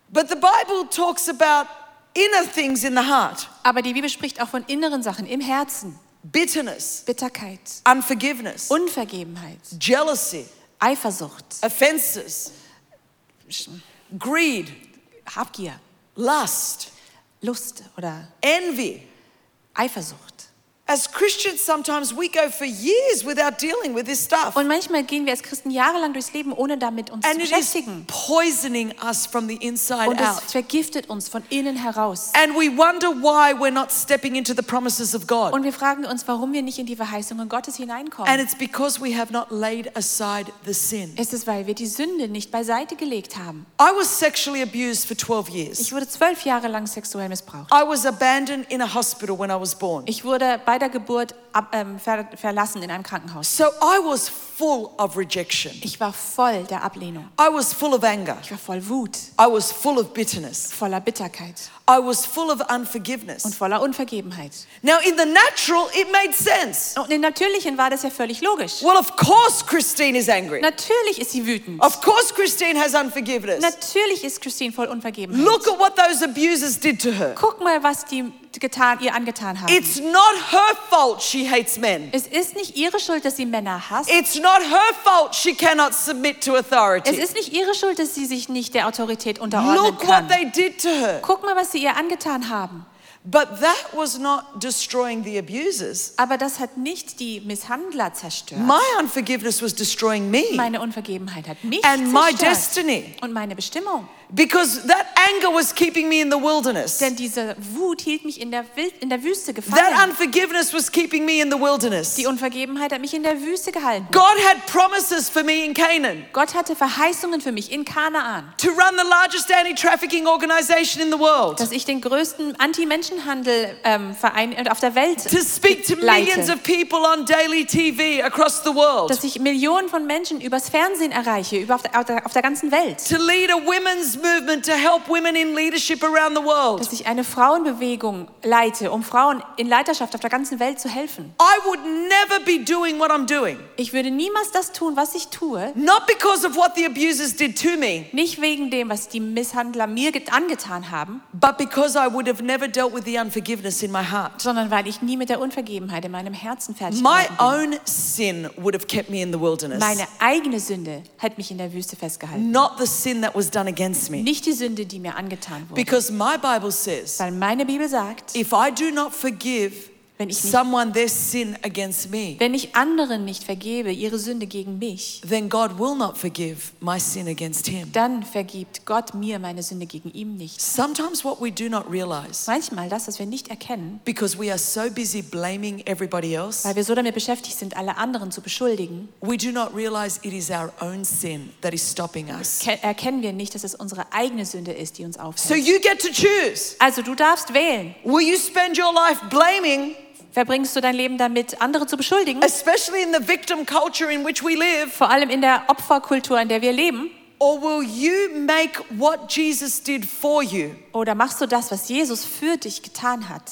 Speaker 2: But the Bible talks about inner things in the heart
Speaker 1: Aber die Bibel spricht auch von inneren Sachen im Herzen,
Speaker 2: bitterness,
Speaker 1: Bitterkeit,
Speaker 2: unforgiveness,
Speaker 1: Unvergebenheit,
Speaker 2: jealousy,
Speaker 1: Eifersucht,
Speaker 2: offenses, greed,
Speaker 1: Habgier,
Speaker 2: lust,
Speaker 1: Lust oder
Speaker 2: envy.
Speaker 1: Eifersucht.
Speaker 2: As Christians, sometimes we go for years without dealing with this stuff.
Speaker 1: Und manchmal gehen wir als Christen jahrelang durchs Leben, ohne damit uns zu
Speaker 2: And it is
Speaker 1: beschäftigen.
Speaker 2: poisoning us from the inside
Speaker 1: Und es
Speaker 2: out.
Speaker 1: vergiftet uns von innen heraus.
Speaker 2: And we wonder why we're not stepping into the promises of God.
Speaker 1: Und wir fragen uns, warum wir nicht in die Verheißungen Gottes hineinkommen.
Speaker 2: And it's because we have not laid aside the sin.
Speaker 1: Es ist, weil wir die Sünde nicht beiseite gelegt haben.
Speaker 2: I was sexually abused for 12 years.
Speaker 1: Ich wurde zwölf Jahre lang sexuell missbraucht.
Speaker 2: I was abandoned in a hospital when I was born.
Speaker 1: Ich wurde bei der Geburt ab, ähm, ver verlassen in einem Krankenhaus.
Speaker 2: So I was full of rejection.
Speaker 1: Ich war voll der Ablehnung.
Speaker 2: I was full of anger.
Speaker 1: Ich war voll Wut,
Speaker 2: I was full of bitterness.
Speaker 1: voller Bitterkeit
Speaker 2: I was full of
Speaker 1: und
Speaker 2: unforgiveness.
Speaker 1: voller Unvergebenheit.
Speaker 2: Now, in the natural, it made sense.
Speaker 1: Und im Natürlichen war das ja völlig logisch.
Speaker 2: Well, of course, Christine is angry.
Speaker 1: Natürlich ist sie wütend.
Speaker 2: Of course, Christine has unforgiveness.
Speaker 1: Natürlich ist Christine voll Unvergebenheit.
Speaker 2: Look at what those abusers did to her.
Speaker 1: Guck mal, was die getan, ihr angetan haben.
Speaker 2: It's not her fault she hates men.
Speaker 1: es ist nicht ihre Schuld, dass sie Männer hasst.
Speaker 2: It's not her fault she cannot submit to
Speaker 1: Es
Speaker 2: authority.
Speaker 1: ist nicht ihre Schuld, dass sie sich nicht der Autorität unterordnen
Speaker 2: Look what
Speaker 1: kann.
Speaker 2: they did to her.
Speaker 1: Guck mal, was sie ihr angetan haben.
Speaker 2: But that was not destroying the abusers.
Speaker 1: Aber das hat nicht die Misshandler zerstört.
Speaker 2: My unforgiveness was destroying me
Speaker 1: Meine Unvergebenheit hat mich
Speaker 2: and my
Speaker 1: zerstört.
Speaker 2: destiny
Speaker 1: Und meine Bestimmung.
Speaker 2: because that anger was keeping me in the wilderness.
Speaker 1: Denn diese Wut hielt mich in der, Wild in der Wüste
Speaker 2: That
Speaker 1: gefangen.
Speaker 2: unforgiveness was keeping me in the wilderness.
Speaker 1: Die Unvergebenheit hat mich in der Wüste gehalten.
Speaker 2: God had promises for me in Canaan
Speaker 1: Gott hatte Verheißungen für mich in Kanaan,
Speaker 2: to run the largest anti trafficking organization in the world,
Speaker 1: dass ich den größten Anti-Menschenhandel-Verein äh, auf der Welt
Speaker 2: to speak to millions
Speaker 1: leite.
Speaker 2: of people on daily TV across the world,
Speaker 1: Dass ich Millionen von Menschen übers Fernsehen erreiche, über auf, der, auf, der, auf der ganzen Welt.
Speaker 2: to lead a women's movement to help women in leadership around the world.
Speaker 1: Dass ich eine Frauenbewegung leite, um Frauen in Leiterschaft auf der ganzen Welt zu helfen.
Speaker 2: I would never be doing what I'm doing.
Speaker 1: Ich würde niemals das tun, was ich tue,
Speaker 2: Not because of what the abusers did to me,
Speaker 1: nicht wegen dem, was die Misshandler mir get- angetan haben,
Speaker 2: but because I would have never dealt with the unforgiveness in my heart.
Speaker 1: sondern weil ich nie mit der Unvergebenheit in meinem Herzen fertig
Speaker 2: My
Speaker 1: geworden bin.
Speaker 2: own sin would have kept me in the wilderness,
Speaker 1: Meine eigene Sünde hat mich in der Wüste festgehalten.
Speaker 2: not the sin that was done against me.
Speaker 1: Nicht die Sünde, die mir angetan wurde.
Speaker 2: Because my Bible says,
Speaker 1: Weil meine Bibel sagt,
Speaker 2: if I do not forgive
Speaker 1: Wenn ich nicht-
Speaker 2: someone their sin against me,
Speaker 1: wenn ich anderen nicht vergebe, ihre Sünde gegen mich,
Speaker 2: then God will not forgive my sin against him.
Speaker 1: dann vergibt Gott mir meine Sünde gegen ihm nicht.
Speaker 2: Sometimes what we do not realize,
Speaker 1: Manchmal das, was wir nicht erkennen,
Speaker 2: because we are so busy blaming everybody else,
Speaker 1: weil wir so damit beschäftigt sind, alle anderen zu beschuldigen,
Speaker 2: we do not realize it is our own sin that is stopping us.
Speaker 1: ke- erkennen wir nicht, dass es unsere eigene Sünde ist, die uns
Speaker 2: So
Speaker 1: aufhält.
Speaker 2: you get to choose.
Speaker 1: Also du darfst wählen.
Speaker 2: Will you spend your life blaming,
Speaker 1: Verbringst du dein Leben damit, andere zu beschuldigen?
Speaker 2: especially in the victim culture in which we live,
Speaker 1: Vor allem in der Opferkultur, in der wir leben.
Speaker 2: or will you make what Jesus did for you
Speaker 1: Oder machst du das, was Jesus für dich getan hat,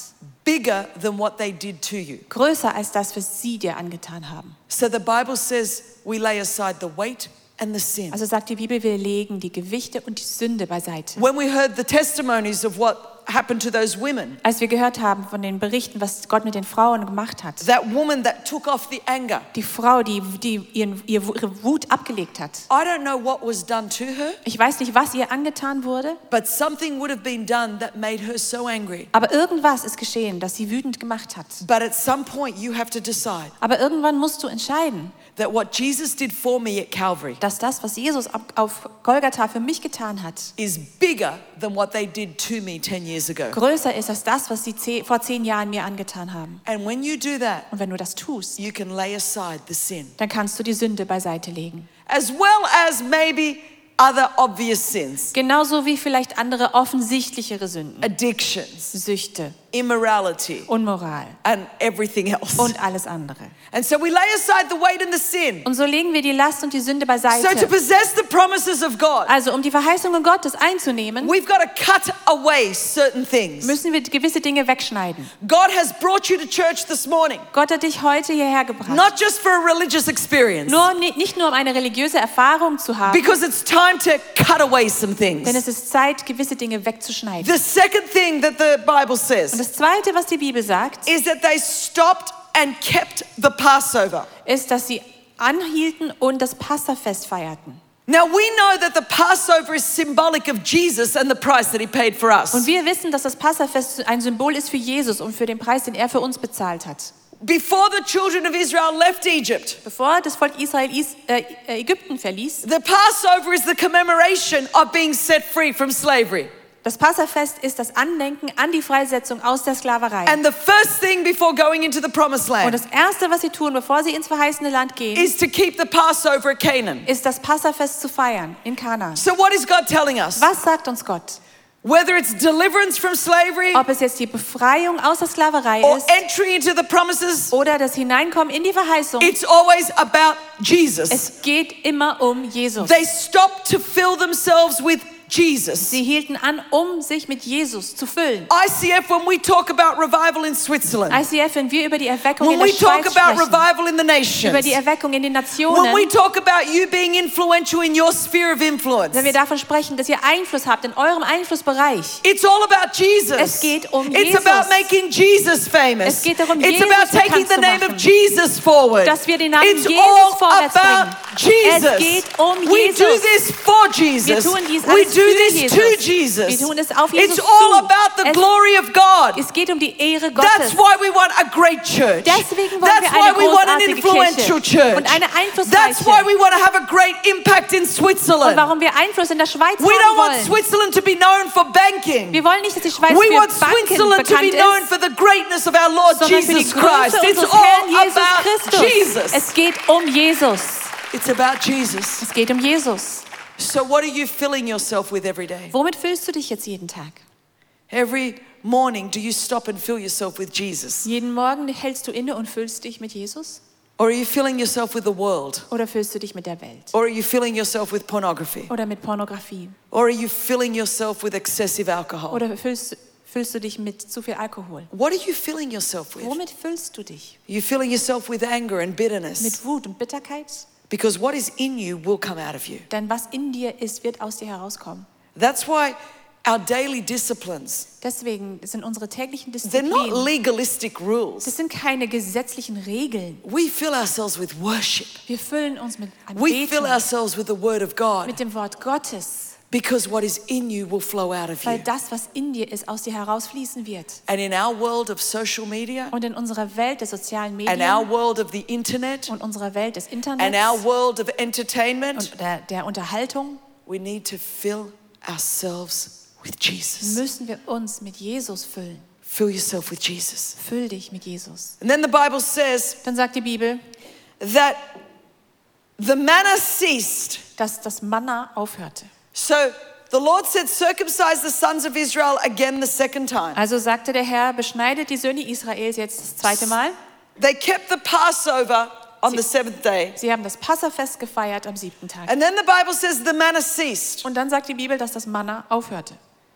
Speaker 2: bigger than what they did to you?
Speaker 1: größer als das, was sie dir angetan haben?
Speaker 2: So the Bible says we lay aside the weight and the sin.
Speaker 1: Also sagt die Bibel, wir legen die Gewichte und die Sünde beiseite.
Speaker 2: When we heard the testimonies of what happened to those women.
Speaker 1: Als wir gehört haben von den Berichten, was Gott mit den Frauen gemacht hat,
Speaker 2: That woman that took off the anger.
Speaker 1: die Frau, die, die ihren, ihre Wut abgelegt hat.
Speaker 2: I don't know what was done to her,
Speaker 1: Ich weiß nicht, was ihr angetan wurde,
Speaker 2: but something would have been done that made her so angry.
Speaker 1: aber irgendwas ist geschehen, das sie wütend gemacht hat.
Speaker 2: But at some point, you have to decide
Speaker 1: Aber irgendwann musst du entscheiden,
Speaker 2: that what Jesus did for me at Calvary
Speaker 1: dass das, was Jesus ab- auf Golgatha für mich getan hat,
Speaker 2: is bigger than what they did to me 10 years ago.
Speaker 1: größer ist als das, was sie ze- vor zehn Jahren mir angetan haben.
Speaker 2: And when you do that,
Speaker 1: Und wenn du das tust,
Speaker 2: you can lay aside the sin,
Speaker 1: dann kannst du die Sünde beiseite legen.
Speaker 2: as well as maybe other obvious sins
Speaker 1: Genauso wie vielleicht andere offensichtlichere Sünden,
Speaker 2: addictions,
Speaker 1: Süchte,
Speaker 2: immorality,
Speaker 1: Unmoral
Speaker 2: and everything else.
Speaker 1: und alles andere.
Speaker 2: And so we lay aside the weight and the sin.
Speaker 1: Und so legen wir die Last und die Sünde
Speaker 2: So to
Speaker 1: beiseite.
Speaker 2: possess the promises of God,
Speaker 1: Also um die Verheißungen Gottes einzunehmen,
Speaker 2: we've got to cut away certain things.
Speaker 1: müssen wir gewisse Dinge wegschneiden.
Speaker 2: God has brought you to church this morning,
Speaker 1: Gott hat dich heute hierher gebracht.
Speaker 2: not just for a religious experience,
Speaker 1: Nur, ni- nicht nur um eine religiöse Erfahrung zu haben,
Speaker 2: because it's time to cut away some
Speaker 1: denn
Speaker 2: things.
Speaker 1: es ist Zeit, gewisse Dinge wegzuschneiden.
Speaker 2: The second thing that the Bible
Speaker 1: Und
Speaker 2: says
Speaker 1: das Zweite, was die Bibel sagt,
Speaker 2: is that they stopped and kept the Passover.
Speaker 1: ist, dass sie anhielten und das Passafest feierten.
Speaker 2: Now we know that the Passover is symbolic of Jesus and the price that he paid for
Speaker 1: Und
Speaker 2: us.
Speaker 1: wir wissen, dass das Passafest ein Symbol ist für Jesus und für den Preis, den er für uns bezahlt hat.
Speaker 2: Before the children of Israel left Egypt,
Speaker 1: Bevor das Volk Israel Is äh, Ägypten verließ,
Speaker 2: the Passover is the commemoration of being set free from slavery.
Speaker 1: das Passafest ist das Andenken an die Freisetzung aus der Sklaverei.
Speaker 2: And the first thing before going into the promised
Speaker 1: Und
Speaker 2: land
Speaker 1: das Erste, was sie tun, bevor sie ins verheißene Land gehen,
Speaker 2: is to keep the Passover at Canaan.
Speaker 1: ist das Passafest zu feiern in Kanaan.
Speaker 2: So what is God telling us?
Speaker 1: Was sagt uns Gott?
Speaker 2: Whether it's deliverance from slavery
Speaker 1: Ob es jetzt die Befreiung aus der Sklaverei
Speaker 2: or
Speaker 1: ist
Speaker 2: entry into the promises,
Speaker 1: oder das Hineinkommen in die Verheißung,
Speaker 2: it's always about Jesus.
Speaker 1: Es geht immer um Jesus.
Speaker 2: They stopped to fill themselves with Jesus.
Speaker 1: Sie hielten an, um sich mit Jesus zu füllen.
Speaker 2: Oh. ICF, when we talk about revival in Switzerland,
Speaker 1: ICF, wenn wir über die Erweckung in
Speaker 2: when
Speaker 1: der
Speaker 2: we talk
Speaker 1: Schweiz
Speaker 2: about
Speaker 1: sprechen,
Speaker 2: revival in the
Speaker 1: über die
Speaker 2: nations,
Speaker 1: Erweckung in den
Speaker 2: when we
Speaker 1: Nationen,
Speaker 2: talk about you being influential in your sphere of influence,
Speaker 1: wenn wir davon sprechen, dass ihr Einfluss habt in eurem Einflussbereich.
Speaker 2: it's all about Jesus.
Speaker 1: Es geht um
Speaker 2: it's
Speaker 1: Jesus.
Speaker 2: about making Jesus famous.
Speaker 1: Es geht darum,
Speaker 2: it's
Speaker 1: Jesus
Speaker 2: about
Speaker 1: bekannt
Speaker 2: taking the
Speaker 1: zu
Speaker 2: name
Speaker 1: machen.
Speaker 2: of Jesus forward.
Speaker 1: Dass wir den Namen
Speaker 2: it's
Speaker 1: Jesus
Speaker 2: all
Speaker 1: vorwärts
Speaker 2: about
Speaker 1: bringen.
Speaker 2: Jesus.
Speaker 1: Es geht um
Speaker 2: we
Speaker 1: Jesus.
Speaker 2: do this for
Speaker 1: Wir
Speaker 2: Jesus.
Speaker 1: tun dies
Speaker 2: we
Speaker 1: alles
Speaker 2: do
Speaker 1: für
Speaker 2: this
Speaker 1: Jesus.
Speaker 2: to Jesus.
Speaker 1: Wir tun es auf Jesus
Speaker 2: it's all
Speaker 1: zu.
Speaker 2: about the
Speaker 1: Es-
Speaker 2: glory of God.
Speaker 1: Es geht um die Ehre
Speaker 2: That's
Speaker 1: Gottes.
Speaker 2: why we want a great church.
Speaker 1: Deswegen wollen
Speaker 2: That's
Speaker 1: wir eine
Speaker 2: why we want an
Speaker 1: großartige
Speaker 2: influential
Speaker 1: Kirche
Speaker 2: church.
Speaker 1: und eine einflussreiche.
Speaker 2: That's why we want to have a great impact in
Speaker 1: Und
Speaker 2: Switzerland.
Speaker 1: warum wir Einfluss in der Schweiz
Speaker 2: We don't
Speaker 1: haben
Speaker 2: want
Speaker 1: wollen.
Speaker 2: Switzerland to be known for banking.
Speaker 1: Wir wollen nicht, dass die Schweiz
Speaker 2: We want
Speaker 1: für Banken
Speaker 2: Switzerland to be known
Speaker 1: bekannt ist,
Speaker 2: for the greatness of our Lord
Speaker 1: sondern für die
Speaker 2: Jesus
Speaker 1: Größe
Speaker 2: Christ. It's
Speaker 1: unseres
Speaker 2: all about
Speaker 1: Herrn Jesus Christus.
Speaker 2: Jesus.
Speaker 1: Es geht um Jesus.
Speaker 2: It's about Jesus.
Speaker 1: Es geht um Jesus.
Speaker 2: So what are you filling yourself with every day?
Speaker 1: Womit füllst du dich jetzt jeden Tag?
Speaker 2: Every morning, do you stop and fill yourself with Jesus?
Speaker 1: Jeden Morgen hältst du inne und füllst dich mit Jesus?
Speaker 2: Or are you filling yourself with the world?
Speaker 1: Oder füllst du dich mit der Welt?
Speaker 2: Or are you filling yourself with pornography?
Speaker 1: Oder mit Pornografie?
Speaker 2: Or are you filling yourself with excessive alcohol?
Speaker 1: Oder füllst, füllst du dich mit zu viel Alkohol?
Speaker 2: What are you filling yourself with?
Speaker 1: Womit füllst du dich?
Speaker 2: You're filling yourself with anger and bitterness
Speaker 1: Mit Wut und Bitterkeit?
Speaker 2: because what is in you will come out of you.
Speaker 1: Denn was in dir ist, wird aus dir herauskommen.
Speaker 2: That's why our daily disciplines,
Speaker 1: Deswegen sind unsere täglichen
Speaker 2: they're not
Speaker 1: Disziplinen,
Speaker 2: legalistic rules.
Speaker 1: das sind keine gesetzlichen Regeln.
Speaker 2: We fill ourselves with worship.
Speaker 1: Wir füllen uns mit
Speaker 2: We fill
Speaker 1: Anbetung,
Speaker 2: ourselves with the word of God
Speaker 1: mit dem Wort Gottes,
Speaker 2: because what is in you will flow out of
Speaker 1: weil
Speaker 2: you.
Speaker 1: das, was in dir ist, aus dir herausfließen wird.
Speaker 2: And in our world of social media
Speaker 1: Und in unserer Welt der sozialen
Speaker 2: and our
Speaker 1: Medien
Speaker 2: world of the internet
Speaker 1: und unserer Welt des
Speaker 2: and our
Speaker 1: Internets
Speaker 2: world of entertainment,
Speaker 1: und der, der Unterhaltung
Speaker 2: we need to fill ourselves with Jesus.
Speaker 1: müssen wir uns mit Jesus füllen.
Speaker 2: Fill yourself with Jesus.
Speaker 1: Füll dich mit Jesus.
Speaker 2: And then the Bible says,
Speaker 1: Dann sagt die Bibel,
Speaker 2: that the manna ceased.
Speaker 1: dass das Manna aufhörte.
Speaker 2: So the Lord said, circumcise the sons of Israel again the second time.
Speaker 1: Also sagte der Herr, beschneidet die Söhne Israels jetzt das zweite Mal.
Speaker 2: They kept the Passover on the seventh day.
Speaker 1: Sie haben das Passafest gefeiert am siebten Tag.
Speaker 2: And then the Bible says the manna ceased.
Speaker 1: Und dann sagt die Bibel, dass das Manna aufhörte.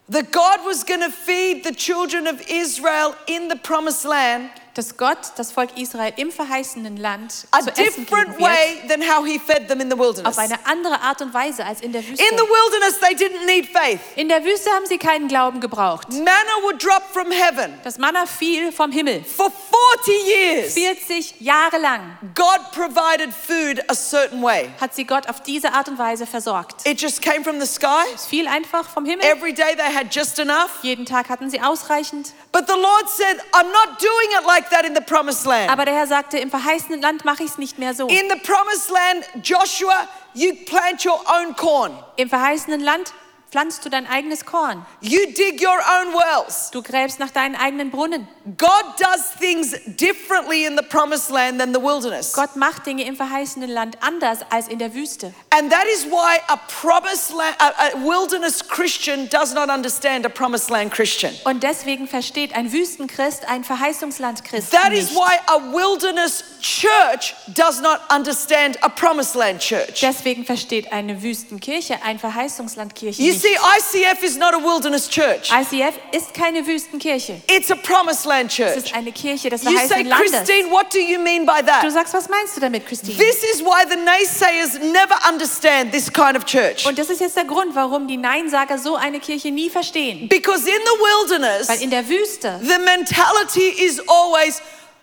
Speaker 2: That God was going to feed the children of Israel in the promised land
Speaker 1: dass Gott das Volk Israel im verheißenen Land
Speaker 2: a
Speaker 1: zu essen geben
Speaker 2: different
Speaker 1: wird,
Speaker 2: way than how he fed them in the wilderness.
Speaker 1: auf
Speaker 2: In
Speaker 1: eine andere Art und Weise als in der Wüste.
Speaker 2: the wilderness, they didn't need faith.
Speaker 1: In der Wüste haben sie keinen Glauben gebraucht.
Speaker 2: Manna would drop from heaven.
Speaker 1: Das Manna fiel vom Himmel.
Speaker 2: For 40 years,
Speaker 1: 40 Jahre lang
Speaker 2: God provided food a certain way.
Speaker 1: hat sie Gott auf diese Art und Weise versorgt.
Speaker 2: It just came from the sky.
Speaker 1: Es fiel einfach vom Himmel.
Speaker 2: Every day they had just enough.
Speaker 1: Jeden Tag hatten sie ausreichend.
Speaker 2: But the Lord said, I'm not doing it like that in the promised land.
Speaker 1: Aber der Herr sagte, im verheißenen Land mache ich es nicht mehr so.
Speaker 2: In the promised land, Joshua, you plant your own corn.
Speaker 1: Im verheißenen Land pflanzt du dein eigenes Korn.
Speaker 2: You dig your own wells.
Speaker 1: Du gräbst nach deinen eigenen Brunnen.
Speaker 2: God does things differently in the promised land than the wilderness.
Speaker 1: Gott macht Dinge im verheißenen Land anders als in der Wüste.
Speaker 2: And that is why a promised land, a, a wilderness Christian does not understand a promised land Christian.
Speaker 1: Und deswegen versteht ein Wüstenchrist ein Verheißungslandchrist
Speaker 2: That is
Speaker 1: nicht.
Speaker 2: why a wilderness church does not understand a promised land church.
Speaker 1: Deswegen versteht eine Wüstenkirche ein Verheißungslandkirche
Speaker 2: You
Speaker 1: nicht.
Speaker 2: see, ICF is not a wilderness church.
Speaker 1: ICF ist keine Wüstenkirche.
Speaker 2: It's a promised land
Speaker 1: Es ist
Speaker 2: church.
Speaker 1: eine Kirche des
Speaker 2: You say,
Speaker 1: verheißenen Landes.
Speaker 2: Christine, what do you mean by
Speaker 1: Du
Speaker 2: that?
Speaker 1: sagst, was meinst du damit, Christine?
Speaker 2: This is why the naysayers never understand this kind of church.
Speaker 1: Und das ist jetzt der Grund, warum die Neinsager so eine Kirche nie verstehen.
Speaker 2: Because in the
Speaker 1: Weil
Speaker 2: wilderness,
Speaker 1: in der Wüste
Speaker 2: the mentality is always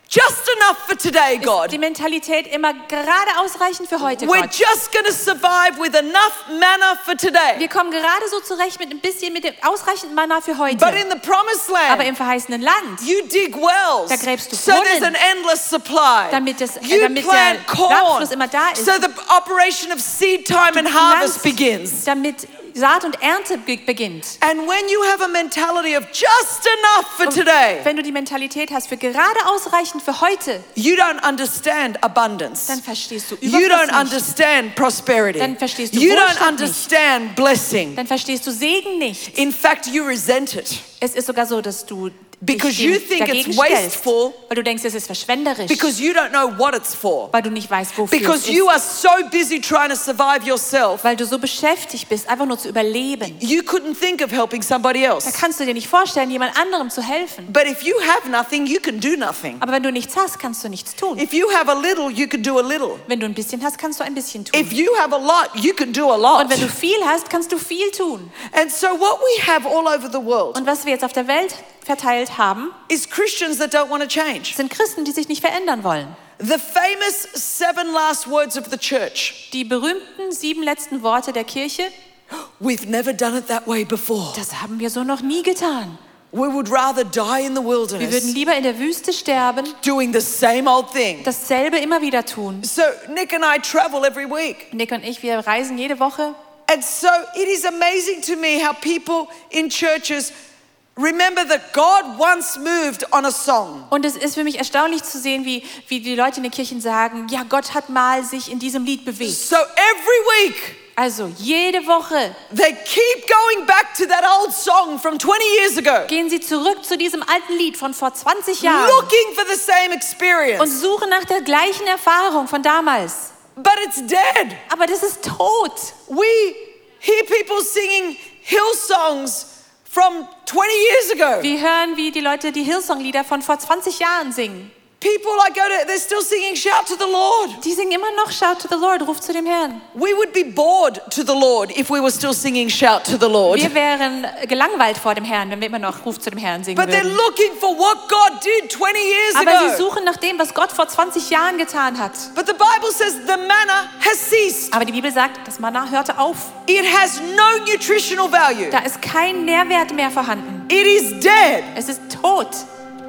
Speaker 2: just enough for today,
Speaker 1: ist die
Speaker 2: God.
Speaker 1: Mentalität immer gerade ausreichend für heute,
Speaker 2: We're
Speaker 1: Gott.
Speaker 2: just going to survive with enough manna for today.
Speaker 1: Wir kommen gerade so zurecht mit ein bisschen, mit dem ausreichend Mana für
Speaker 2: But
Speaker 1: heute.
Speaker 2: in the promised
Speaker 1: Aber
Speaker 2: land,
Speaker 1: im verheißenen Land
Speaker 2: you dig wells,
Speaker 1: Da gräbst du
Speaker 2: so there's an
Speaker 1: Brunnen,
Speaker 2: endless supply.
Speaker 1: damit es-
Speaker 2: You
Speaker 1: damit der
Speaker 2: plant corn,
Speaker 1: Nachfluss immer da ist.
Speaker 2: so the operation of seed time and harvest
Speaker 1: pflanzt,
Speaker 2: begins.
Speaker 1: damit Saat und Ernte be- beginnt.
Speaker 2: And when you have a mentality of just enough for today,
Speaker 1: Wenn du die Mentalität hast für gerade ausreichend für heute,
Speaker 2: you don't understand abundance.
Speaker 1: dann verstehst du
Speaker 2: You don't
Speaker 1: Überfluss nicht.
Speaker 2: understand prosperity.
Speaker 1: Dann verstehst du
Speaker 2: You don't
Speaker 1: Wohlstand nicht.
Speaker 2: understand blessing.
Speaker 1: Dann verstehst du Segen nicht.
Speaker 2: In fact, you resent it
Speaker 1: Es ist sogar so, dass du
Speaker 2: Because
Speaker 1: dich dem
Speaker 2: you think it's
Speaker 1: dagegen stellst,
Speaker 2: wasteful.
Speaker 1: weil du denkst, es ist verschwenderisch,
Speaker 2: because you don't know what it's for.
Speaker 1: weil du nicht weißt, wofür es
Speaker 2: Because
Speaker 1: ist,
Speaker 2: you are so busy trying to survive yourself,
Speaker 1: weil du so beschäftigt bist, einfach nur zu überleben.
Speaker 2: you couldn't think of helping somebody
Speaker 1: Da
Speaker 2: else.
Speaker 1: kannst du dir nicht vorstellen, jemand anderem zu helfen.
Speaker 2: But if you have nothing, you can do nothing.
Speaker 1: Aber wenn du nichts hast, kannst du nichts tun.
Speaker 2: If you have a little, you can do a little.
Speaker 1: Wenn du ein bisschen hast, kannst du ein bisschen tun.
Speaker 2: If you have a lot, you can do a
Speaker 1: Und
Speaker 2: lot.
Speaker 1: wenn du viel hast, kannst du viel tun.
Speaker 2: And so, what we have all over the world
Speaker 1: Und was wir jetzt auf der Welt verteilt haben,
Speaker 2: is Christians that don't want to change.
Speaker 1: sind Christen, die sich nicht verändern wollen.
Speaker 2: The famous seven last words of the church
Speaker 1: Die berühmten sieben letzten Worte der Kirche,
Speaker 2: we've never done it that way before.
Speaker 1: das haben wir so noch nie getan.
Speaker 2: We would rather die in the
Speaker 1: Wir würden
Speaker 2: wilderness
Speaker 1: lieber in der Wüste sterben,
Speaker 2: doing the same old thing.
Speaker 1: dasselbe immer wieder tun.
Speaker 2: So Nick and I travel every week.
Speaker 1: Nick und ich, wir reisen jede Woche.
Speaker 2: And so it is amazing to me how people in churches remember that God once moved on a song.
Speaker 1: Und es ist für mich erstaunlich zu sehen, wie, wie die Leute in den Kirchen sagen, ja, Gott hat mal sich in diesem Lied bewegt.
Speaker 2: So every week
Speaker 1: Also jede Woche
Speaker 2: they keep going back to that old song from 20 years ago,
Speaker 1: gehen sie zurück zu diesem alten Lied von vor 20 Jahren
Speaker 2: looking for the same
Speaker 1: und
Speaker 2: experience.
Speaker 1: suchen nach der gleichen Erfahrung von damals.
Speaker 2: But it's dead.
Speaker 1: Aber das ist tot.
Speaker 2: We hear people singing hill songs from 20 years ago.
Speaker 1: Wir hören, wie die Leute die Hillsong-Lieder von vor 20 Jahren singen.
Speaker 2: People I go to, they're still singing Shout to the Lord.
Speaker 1: Die singen immer noch Shout to the Lord, ruft zu dem Herrn.
Speaker 2: We would be bored to the Lord if we were still singing Shout to the Lord.
Speaker 1: Wir wären gelangweilt vor dem Herrn, wenn wir immer noch Ruf zu dem Herrn singen
Speaker 2: But they're
Speaker 1: würden.
Speaker 2: looking for what God did 20 years
Speaker 1: Aber sie
Speaker 2: ago.
Speaker 1: suchen nach dem, was Gott vor 20 Jahren getan hat.
Speaker 2: But the Bible says the manna has ceased.
Speaker 1: Aber die Bibel sagt, das Manna hörte auf.
Speaker 2: It has no nutritional value.
Speaker 1: Da ist kein Nährwert mehr vorhanden.
Speaker 2: It is dead.
Speaker 1: Es ist tot.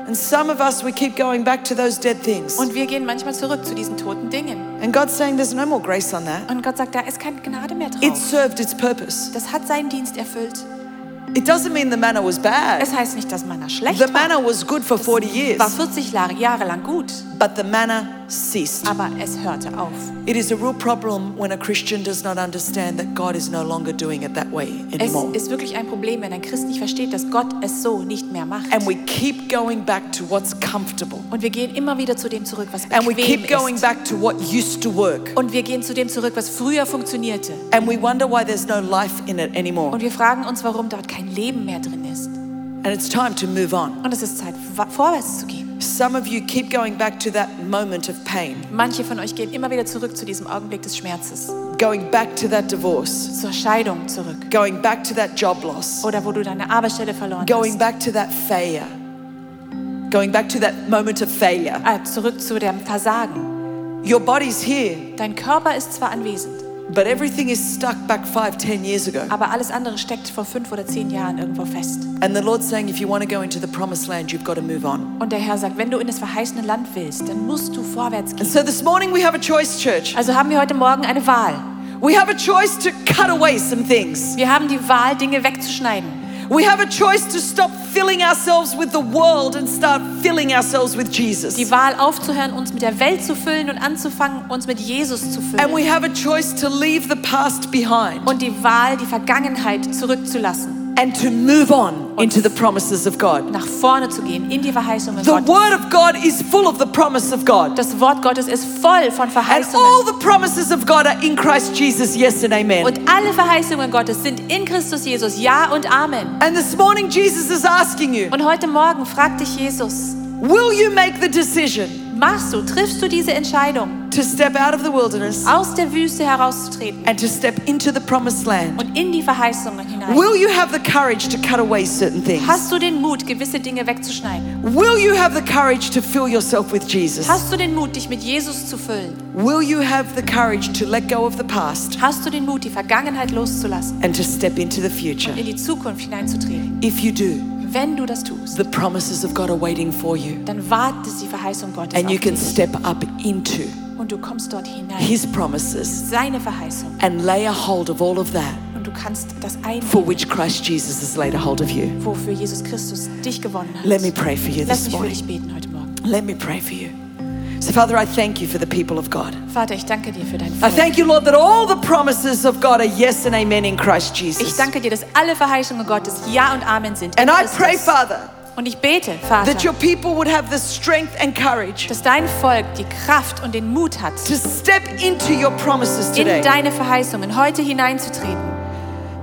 Speaker 2: And some of us, we keep going back to those dead things.
Speaker 1: Und wir gehen manchmal zurück zu diesen toten Dingen.
Speaker 2: And God's saying there's no more grace on that.
Speaker 1: Und Gott sagt, da ist keine Gnade mehr drauf.
Speaker 2: It served its purpose.
Speaker 1: das hat seinen Dienst erfüllt.
Speaker 2: It doesn't mean the manna was bad.
Speaker 1: Es heißt nicht, dass Manna schlecht
Speaker 2: The
Speaker 1: war.
Speaker 2: manna was good for 40 years,
Speaker 1: War 40 Jahre, Jahre lang gut,
Speaker 2: but the manna ceased.
Speaker 1: aber es hörte auf.
Speaker 2: It is a real problem when a Christian does not understand that God is no longer doing it that way
Speaker 1: Es
Speaker 2: anymore.
Speaker 1: ist wirklich ein Problem, wenn ein Christ nicht versteht, dass Gott es so nicht mehr macht.
Speaker 2: And we keep going back to what's comfortable.
Speaker 1: Und wir gehen immer wieder zu dem zurück, was
Speaker 2: And we
Speaker 1: bequem
Speaker 2: keep going
Speaker 1: ist.
Speaker 2: back to what used to work.
Speaker 1: Und wir gehen zu dem zurück, was früher funktionierte.
Speaker 2: And we wonder why there's no life in it anymore.
Speaker 1: Und wir fragen uns, warum dort kein Leben mehr drin ist.
Speaker 2: And it's time to move on.
Speaker 1: Und es ist Zeit, wa- vorwärts zu gehen.
Speaker 2: Some of you keep going back to that moment of pain,
Speaker 1: Manche von euch gehen immer wieder zurück zu diesem Augenblick des Schmerzes,
Speaker 2: going back to that divorce,
Speaker 1: zur Scheidung zurück
Speaker 2: going back to that job loss,
Speaker 1: oder wo du deine Arbeitsstelle verloren
Speaker 2: going back to that failure, going back to that moment of failure.
Speaker 1: hast. Äh, zurück zu dem Versagen.
Speaker 2: Your body's here,
Speaker 1: Dein Körper ist zwar anwesend,
Speaker 2: but everything is stuck back five, ten years ago.
Speaker 1: aber alles andere steckt vor fünf oder zehn Jahren irgendwo fest.
Speaker 2: And the Lord's saying, if you want to go into the promised land, you've got to move on.
Speaker 1: Und der Herr sagt, wenn du in das verheißene Land willst, dann musst du vorwärts
Speaker 2: And
Speaker 1: gehen.
Speaker 2: so this morning we have a choice, church.
Speaker 1: Also haben wir heute Morgen eine Wahl.
Speaker 2: We have a choice to cut away some things.
Speaker 1: Wir haben die Wahl, Dinge wegzuschneiden.
Speaker 2: We have a choice to stop filling ourselves with the world and start filling ourselves with Jesus.
Speaker 1: Die Wahl aufzuhören, uns mit der Welt zu füllen und anzufangen, uns mit Jesus zu
Speaker 2: And we
Speaker 1: füllen.
Speaker 2: have a choice to leave the past behind
Speaker 1: Und die Wahl, die Vergangenheit zurückzulassen.
Speaker 2: and to move on into the promises of God.
Speaker 1: Nach vorne zu gehen, in die Verheißungen
Speaker 2: The
Speaker 1: Gottes.
Speaker 2: Word of God is full of the promise of God.
Speaker 1: Das Wort Gottes ist voll von
Speaker 2: And all
Speaker 1: Verheißungen.
Speaker 2: the promises of God are in Christ Jesus, yes and amen.
Speaker 1: Und alle Verheißungen Gottes sind in Christus Jesus. Ja und Amen.
Speaker 2: And this morning, Jesus is asking you
Speaker 1: Und heute Morgen fragt dich Jesus,
Speaker 2: Will you make the decision
Speaker 1: machst du, triffst du diese Entscheidung,
Speaker 2: to step out of the wilderness
Speaker 1: aus der Wüste herauszutreten
Speaker 2: and to step into the promised land?
Speaker 1: und in die Verheißungen hinein?
Speaker 2: Will you have the courage to cut away certain things?
Speaker 1: Hast du den Mut, gewisse Dinge wegzuschneiden?
Speaker 2: Will you have the courage to fill yourself with Jesus?
Speaker 1: Hast du den Mut, dich mit Jesus zu füllen?
Speaker 2: Will you have the courage to let go of the past
Speaker 1: Hast du den Mut, die Vergangenheit loszulassen
Speaker 2: and to step into the future?
Speaker 1: und in die Zukunft hineinzutreten?
Speaker 2: If you do,
Speaker 1: Wenn du das tust,
Speaker 2: the promises of God are waiting for you.
Speaker 1: dann wartet die Verheißung Gottes
Speaker 2: And you
Speaker 1: auf
Speaker 2: can
Speaker 1: dich
Speaker 2: step up into
Speaker 1: und du kommst dort hinein.
Speaker 2: His promises
Speaker 1: Seine Verheißung.
Speaker 2: and lay a hold of all of that
Speaker 1: Und du kannst das
Speaker 2: for
Speaker 1: einnehmen,
Speaker 2: which Christ Jesus has laid a hold of you.
Speaker 1: wofür Jesus Christus dich gewonnen hat.
Speaker 2: Let me pray for you
Speaker 1: Lass
Speaker 2: this
Speaker 1: mich für dich
Speaker 2: morning.
Speaker 1: beten heute Morgen.
Speaker 2: Let me pray for you. So, Father, I thank you for the people of God.
Speaker 1: Vater, ich danke dir für dein
Speaker 2: I
Speaker 1: Volk.
Speaker 2: thank you, Lord, that all the promises of God are yes and amen in Christ
Speaker 1: Ich
Speaker 2: Jesus.
Speaker 1: danke dir, dass alle Verheißungen Gottes Ja und Amen sind. in
Speaker 2: And I
Speaker 1: Christus.
Speaker 2: pray, Father,
Speaker 1: und ich bete, Vater,
Speaker 2: that your people would have the strength and courage
Speaker 1: dass dein Volk die Kraft und den Mut hat,
Speaker 2: to step into your promises
Speaker 1: in
Speaker 2: today.
Speaker 1: deine Verheißungen heute hineinzutreten.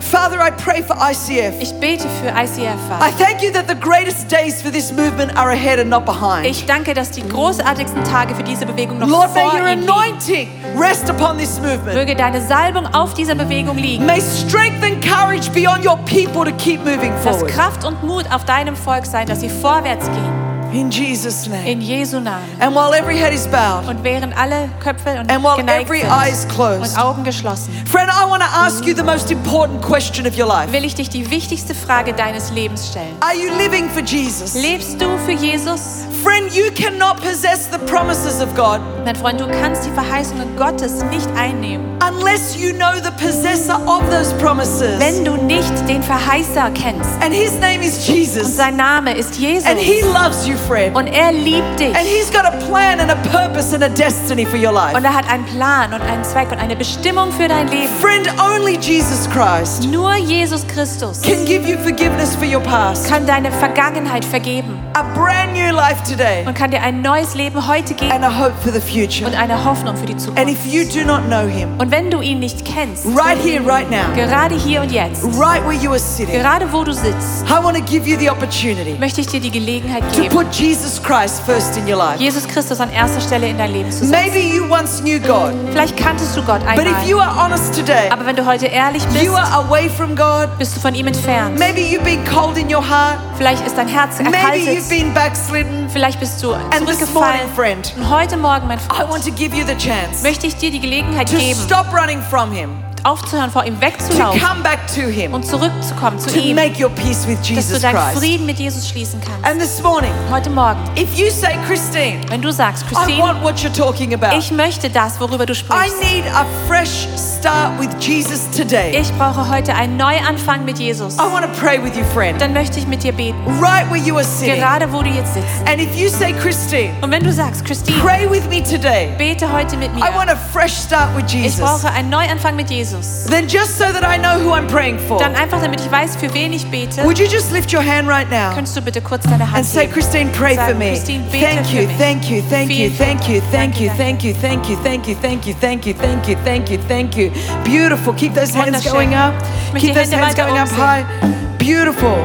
Speaker 2: Father, I pray for ICF.
Speaker 1: Ich bete für ICF,
Speaker 2: I
Speaker 1: Vater.
Speaker 2: thank you that the greatest days for this movement are ahead and not behind.
Speaker 1: Ich danke, dass die großartigsten Tage für diese Bewegung noch
Speaker 2: Lord, may
Speaker 1: vor
Speaker 2: your
Speaker 1: ihnen liegen.
Speaker 2: anointing rest upon this movement.
Speaker 1: Möge deine Salbung auf dieser Bewegung liegen.
Speaker 2: May strength and courage be on your people to keep moving
Speaker 1: Dass
Speaker 2: forward.
Speaker 1: Kraft und Mut auf deinem Volk sein, dass sie vorwärts gehen.
Speaker 2: In Jesus' name.
Speaker 1: In Jesu Namen.
Speaker 2: And while every head is bowed,
Speaker 1: Und während alle Köpfe und
Speaker 2: And while
Speaker 1: geneigt
Speaker 2: every
Speaker 1: sind
Speaker 2: eye is closed.
Speaker 1: und Augen geschlossen
Speaker 2: friend, I want to ask you the most important question of your life.
Speaker 1: will ich dich die wichtigste Frage deines Lebens stellen.
Speaker 2: Are you living for Jesus?
Speaker 1: Lebst du für Jesus?
Speaker 2: Friend, you cannot possess the promises of God
Speaker 1: Mein Freund, du kannst die Verheißungen Gottes nicht einnehmen,
Speaker 2: unless you know the possessor of those promises.
Speaker 1: wenn du nicht den Verheißer kennst.
Speaker 2: and his name is
Speaker 1: Und
Speaker 2: Jesus.
Speaker 1: sein Name ist
Speaker 2: And
Speaker 1: Jesus.
Speaker 2: he loves you, friend.
Speaker 1: Und er liebt dich.
Speaker 2: And he's got a plan and a purpose and a destiny for your
Speaker 1: Und
Speaker 2: life.
Speaker 1: er hat einen Plan und einen Zweck und eine Bestimmung für dein Leben.
Speaker 2: Friend, only Jesus Christ
Speaker 1: Nur Jesus Christus
Speaker 2: can give you forgiveness for your past,
Speaker 1: kann deine Vergangenheit vergeben
Speaker 2: a brand new life today,
Speaker 1: und kann dir ein neues Leben heute geben
Speaker 2: and a hope for the future.
Speaker 1: und eine Hoffnung für die
Speaker 2: And if you
Speaker 1: Zukunft.
Speaker 2: do not know him,
Speaker 1: Und wenn du ihn nicht kennst,
Speaker 2: right here, right now,
Speaker 1: gerade hier und jetzt,
Speaker 2: right where you are sitting,
Speaker 1: gerade wo du sitzt,
Speaker 2: I want to give you the opportunity
Speaker 1: möchte ich dir die Gelegenheit
Speaker 2: to
Speaker 1: geben,
Speaker 2: put Jesus Christ first in your life.
Speaker 1: Jesus Christus an erster Stelle in dein Leben zu setzen.
Speaker 2: Maybe you once knew God,
Speaker 1: Vielleicht kanntest du Gott
Speaker 2: but if
Speaker 1: einmal,
Speaker 2: you are honest today,
Speaker 1: aber wenn du heute ehrlich bist,
Speaker 2: you are away from God.
Speaker 1: bist du von ihm entfernt.
Speaker 2: Maybe you've been cold in your heart.
Speaker 1: Vielleicht ist dein Herz
Speaker 2: Maybe you've
Speaker 1: erkaltet.
Speaker 2: been backslidden.
Speaker 1: Vielleicht bist du
Speaker 2: And this morning,
Speaker 1: zurückgefallen.
Speaker 2: friend,
Speaker 1: Und heute Morgen, mein
Speaker 2: I want
Speaker 1: Freund,
Speaker 2: to give you the chance
Speaker 1: möchte ich dir die Gelegenheit
Speaker 2: to
Speaker 1: geben,
Speaker 2: stop running from Him,
Speaker 1: aufzuhören, vor ihm
Speaker 2: to
Speaker 1: wegzulaufen
Speaker 2: come back to Him,
Speaker 1: und zurückzukommen zu
Speaker 2: to
Speaker 1: ihm,
Speaker 2: make your peace with
Speaker 1: dass du
Speaker 2: Jesus
Speaker 1: deinen
Speaker 2: Christ.
Speaker 1: Frieden mit Jesus schließen kannst.
Speaker 2: And this morning,
Speaker 1: Heute Morgen,
Speaker 2: if you say, Christine,
Speaker 1: wenn du sagst,
Speaker 2: I
Speaker 1: Christine,
Speaker 2: want what you're talking about,
Speaker 1: ich möchte das, worüber du
Speaker 2: I
Speaker 1: sprichst.
Speaker 2: need a fresh start with Jesus today.
Speaker 1: Ich brauche heute einen Neuanfang mit Jesus.
Speaker 2: I want to pray with you, friend,
Speaker 1: Dann möchte ich mit dir beten,
Speaker 2: right where you are sitting.
Speaker 1: gerade wo du jetzt sitzt.
Speaker 2: And if you say, Christine,
Speaker 1: Und wenn du sagst, Christine,
Speaker 2: pray with me today,
Speaker 1: bete heute mit
Speaker 2: I
Speaker 1: mir.
Speaker 2: want a fresh start with
Speaker 1: Ich
Speaker 2: Jesus,
Speaker 1: brauche einen Neuanfang mit Jesus.
Speaker 2: then just so that I know who I'm praying for,
Speaker 1: Dann einfach, damit ich weiß, für wen ich bete,
Speaker 2: would you just lift your hand right now?
Speaker 1: könntest du bitte kurz deine
Speaker 2: and
Speaker 1: Hand
Speaker 2: say,
Speaker 1: heben.
Speaker 2: Christine, pray
Speaker 1: Sagen,
Speaker 2: for me.
Speaker 1: Christine, bete
Speaker 2: Thank
Speaker 1: für
Speaker 2: you,
Speaker 1: mich.
Speaker 2: thank you, thank you,
Speaker 1: Vielen
Speaker 2: thank you,
Speaker 1: Dank.
Speaker 2: thank you,
Speaker 1: Danke,
Speaker 2: thank you, thank you, thank you, thank you, thank you, thank you, thank you, thank you. Beautiful. Keep those hands
Speaker 1: Wunderschön.
Speaker 2: going up.
Speaker 1: Ich möchte
Speaker 2: Keep
Speaker 1: die
Speaker 2: those
Speaker 1: Hände
Speaker 2: hands
Speaker 1: weiter
Speaker 2: going up
Speaker 1: oben
Speaker 2: high. Beautiful.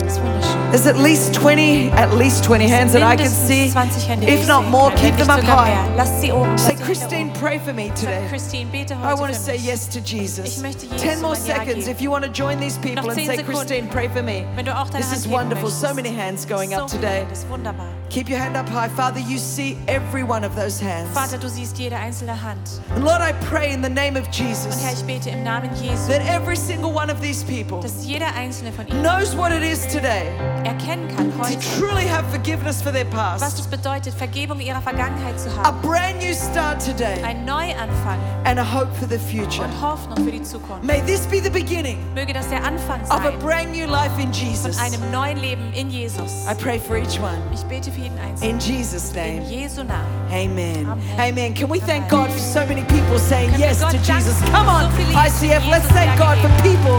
Speaker 1: Das ist wunderschön.
Speaker 2: There's at least 20, at least 20 hands that I can
Speaker 1: Mindestens
Speaker 2: see.
Speaker 1: 20 Hände. die
Speaker 2: If
Speaker 1: ich
Speaker 2: not
Speaker 1: sehen
Speaker 2: more,
Speaker 1: kann,
Speaker 2: keep
Speaker 1: wenn
Speaker 2: them
Speaker 1: nicht
Speaker 2: up
Speaker 1: sogar
Speaker 2: high.
Speaker 1: mehr. Lass sie oben.
Speaker 2: Say,
Speaker 1: lass sie
Speaker 2: Christine, pray for me
Speaker 1: oben.
Speaker 2: today.
Speaker 1: Christine, bete heute
Speaker 2: I want to
Speaker 1: für
Speaker 2: say
Speaker 1: mich.
Speaker 2: yes to Jesus.
Speaker 1: Ich möchte Jesus
Speaker 2: Ten more
Speaker 1: mein Ja
Speaker 2: seconds
Speaker 1: geben.
Speaker 2: if you want to join these people
Speaker 1: Noch
Speaker 2: and
Speaker 1: 10
Speaker 2: say,
Speaker 1: Sekunden.
Speaker 2: Christine, pray for me.
Speaker 1: Wenn du auch deine
Speaker 2: This
Speaker 1: Hand
Speaker 2: is
Speaker 1: heben
Speaker 2: wonderful.
Speaker 1: möchtest.
Speaker 2: So many hands going
Speaker 1: so
Speaker 2: up
Speaker 1: viele
Speaker 2: today.
Speaker 1: Hände, Das ist wunderbar.
Speaker 2: Keep your hand up high. Father, you see every one of those hands.
Speaker 1: Vater, du siehst jede einzelne Hand.
Speaker 2: And Lord, I pray in the name of
Speaker 1: Und Herr,
Speaker 2: Jesus
Speaker 1: ich bete im Namen Jesu,
Speaker 2: that every single one of these people
Speaker 1: dass jeder einzelne von ihnen
Speaker 2: knows what it is today
Speaker 1: erkennen kann
Speaker 2: to
Speaker 1: heute,
Speaker 2: truly have forgiveness for their
Speaker 1: was
Speaker 2: past,
Speaker 1: es bedeutet, Vergebung ihrer Vergangenheit zu
Speaker 2: a
Speaker 1: haben.
Speaker 2: brand new start today,
Speaker 1: Ein Neuanfang
Speaker 2: and a hope for the future.
Speaker 1: und Hoffnung für die Zukunft.
Speaker 2: May this be the beginning
Speaker 1: Möge das der Anfang
Speaker 2: of a
Speaker 1: sein
Speaker 2: brand new life in
Speaker 1: von
Speaker 2: Jesus.
Speaker 1: einem neuen Leben in Jesus.
Speaker 2: I pray for each one.
Speaker 1: Ich bete für jeden Einzelnen.
Speaker 2: In Jesus'
Speaker 1: In
Speaker 2: name.
Speaker 1: Jesu Namen.
Speaker 2: Amen.
Speaker 1: Amen.
Speaker 2: Amen. Can we thank
Speaker 1: Amen.
Speaker 2: God for so many people saying
Speaker 1: Können wir
Speaker 2: yes
Speaker 1: Gott
Speaker 2: to
Speaker 1: danken,
Speaker 2: Jesus?
Speaker 1: dass
Speaker 2: Come
Speaker 1: so
Speaker 2: on,
Speaker 1: viele
Speaker 2: ICF,
Speaker 1: Jesus
Speaker 2: let's
Speaker 1: Ja
Speaker 2: thank God for
Speaker 1: gegeben
Speaker 2: people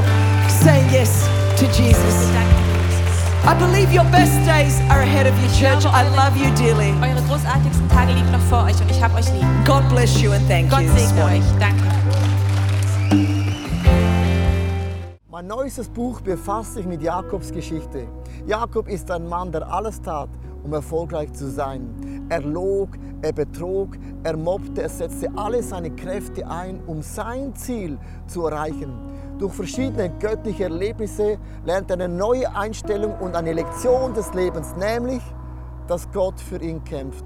Speaker 2: saying yes to Jesus.
Speaker 1: Danke, Jesus.
Speaker 2: I believe your best days are ahead of you, church. I love you dearly.
Speaker 1: Eure großartigsten Tage liegen noch vor euch und ich hab euch lieb.
Speaker 2: God bless you and thank
Speaker 1: Gott
Speaker 2: you this
Speaker 1: segne
Speaker 2: morning.
Speaker 1: euch. Danke.
Speaker 3: Mein neuestes Buch befasst sich mit Jakobs Geschichte. Jakob ist ein Mann, der alles tat, um erfolgreich zu sein. Er log, er betrog, er mobbte, er setzte alle seine Kräfte ein, um sein Ziel zu erreichen. Durch verschiedene göttliche Erlebnisse lernt er eine neue Einstellung und eine Lektion des Lebens, nämlich, dass Gott für ihn kämpft.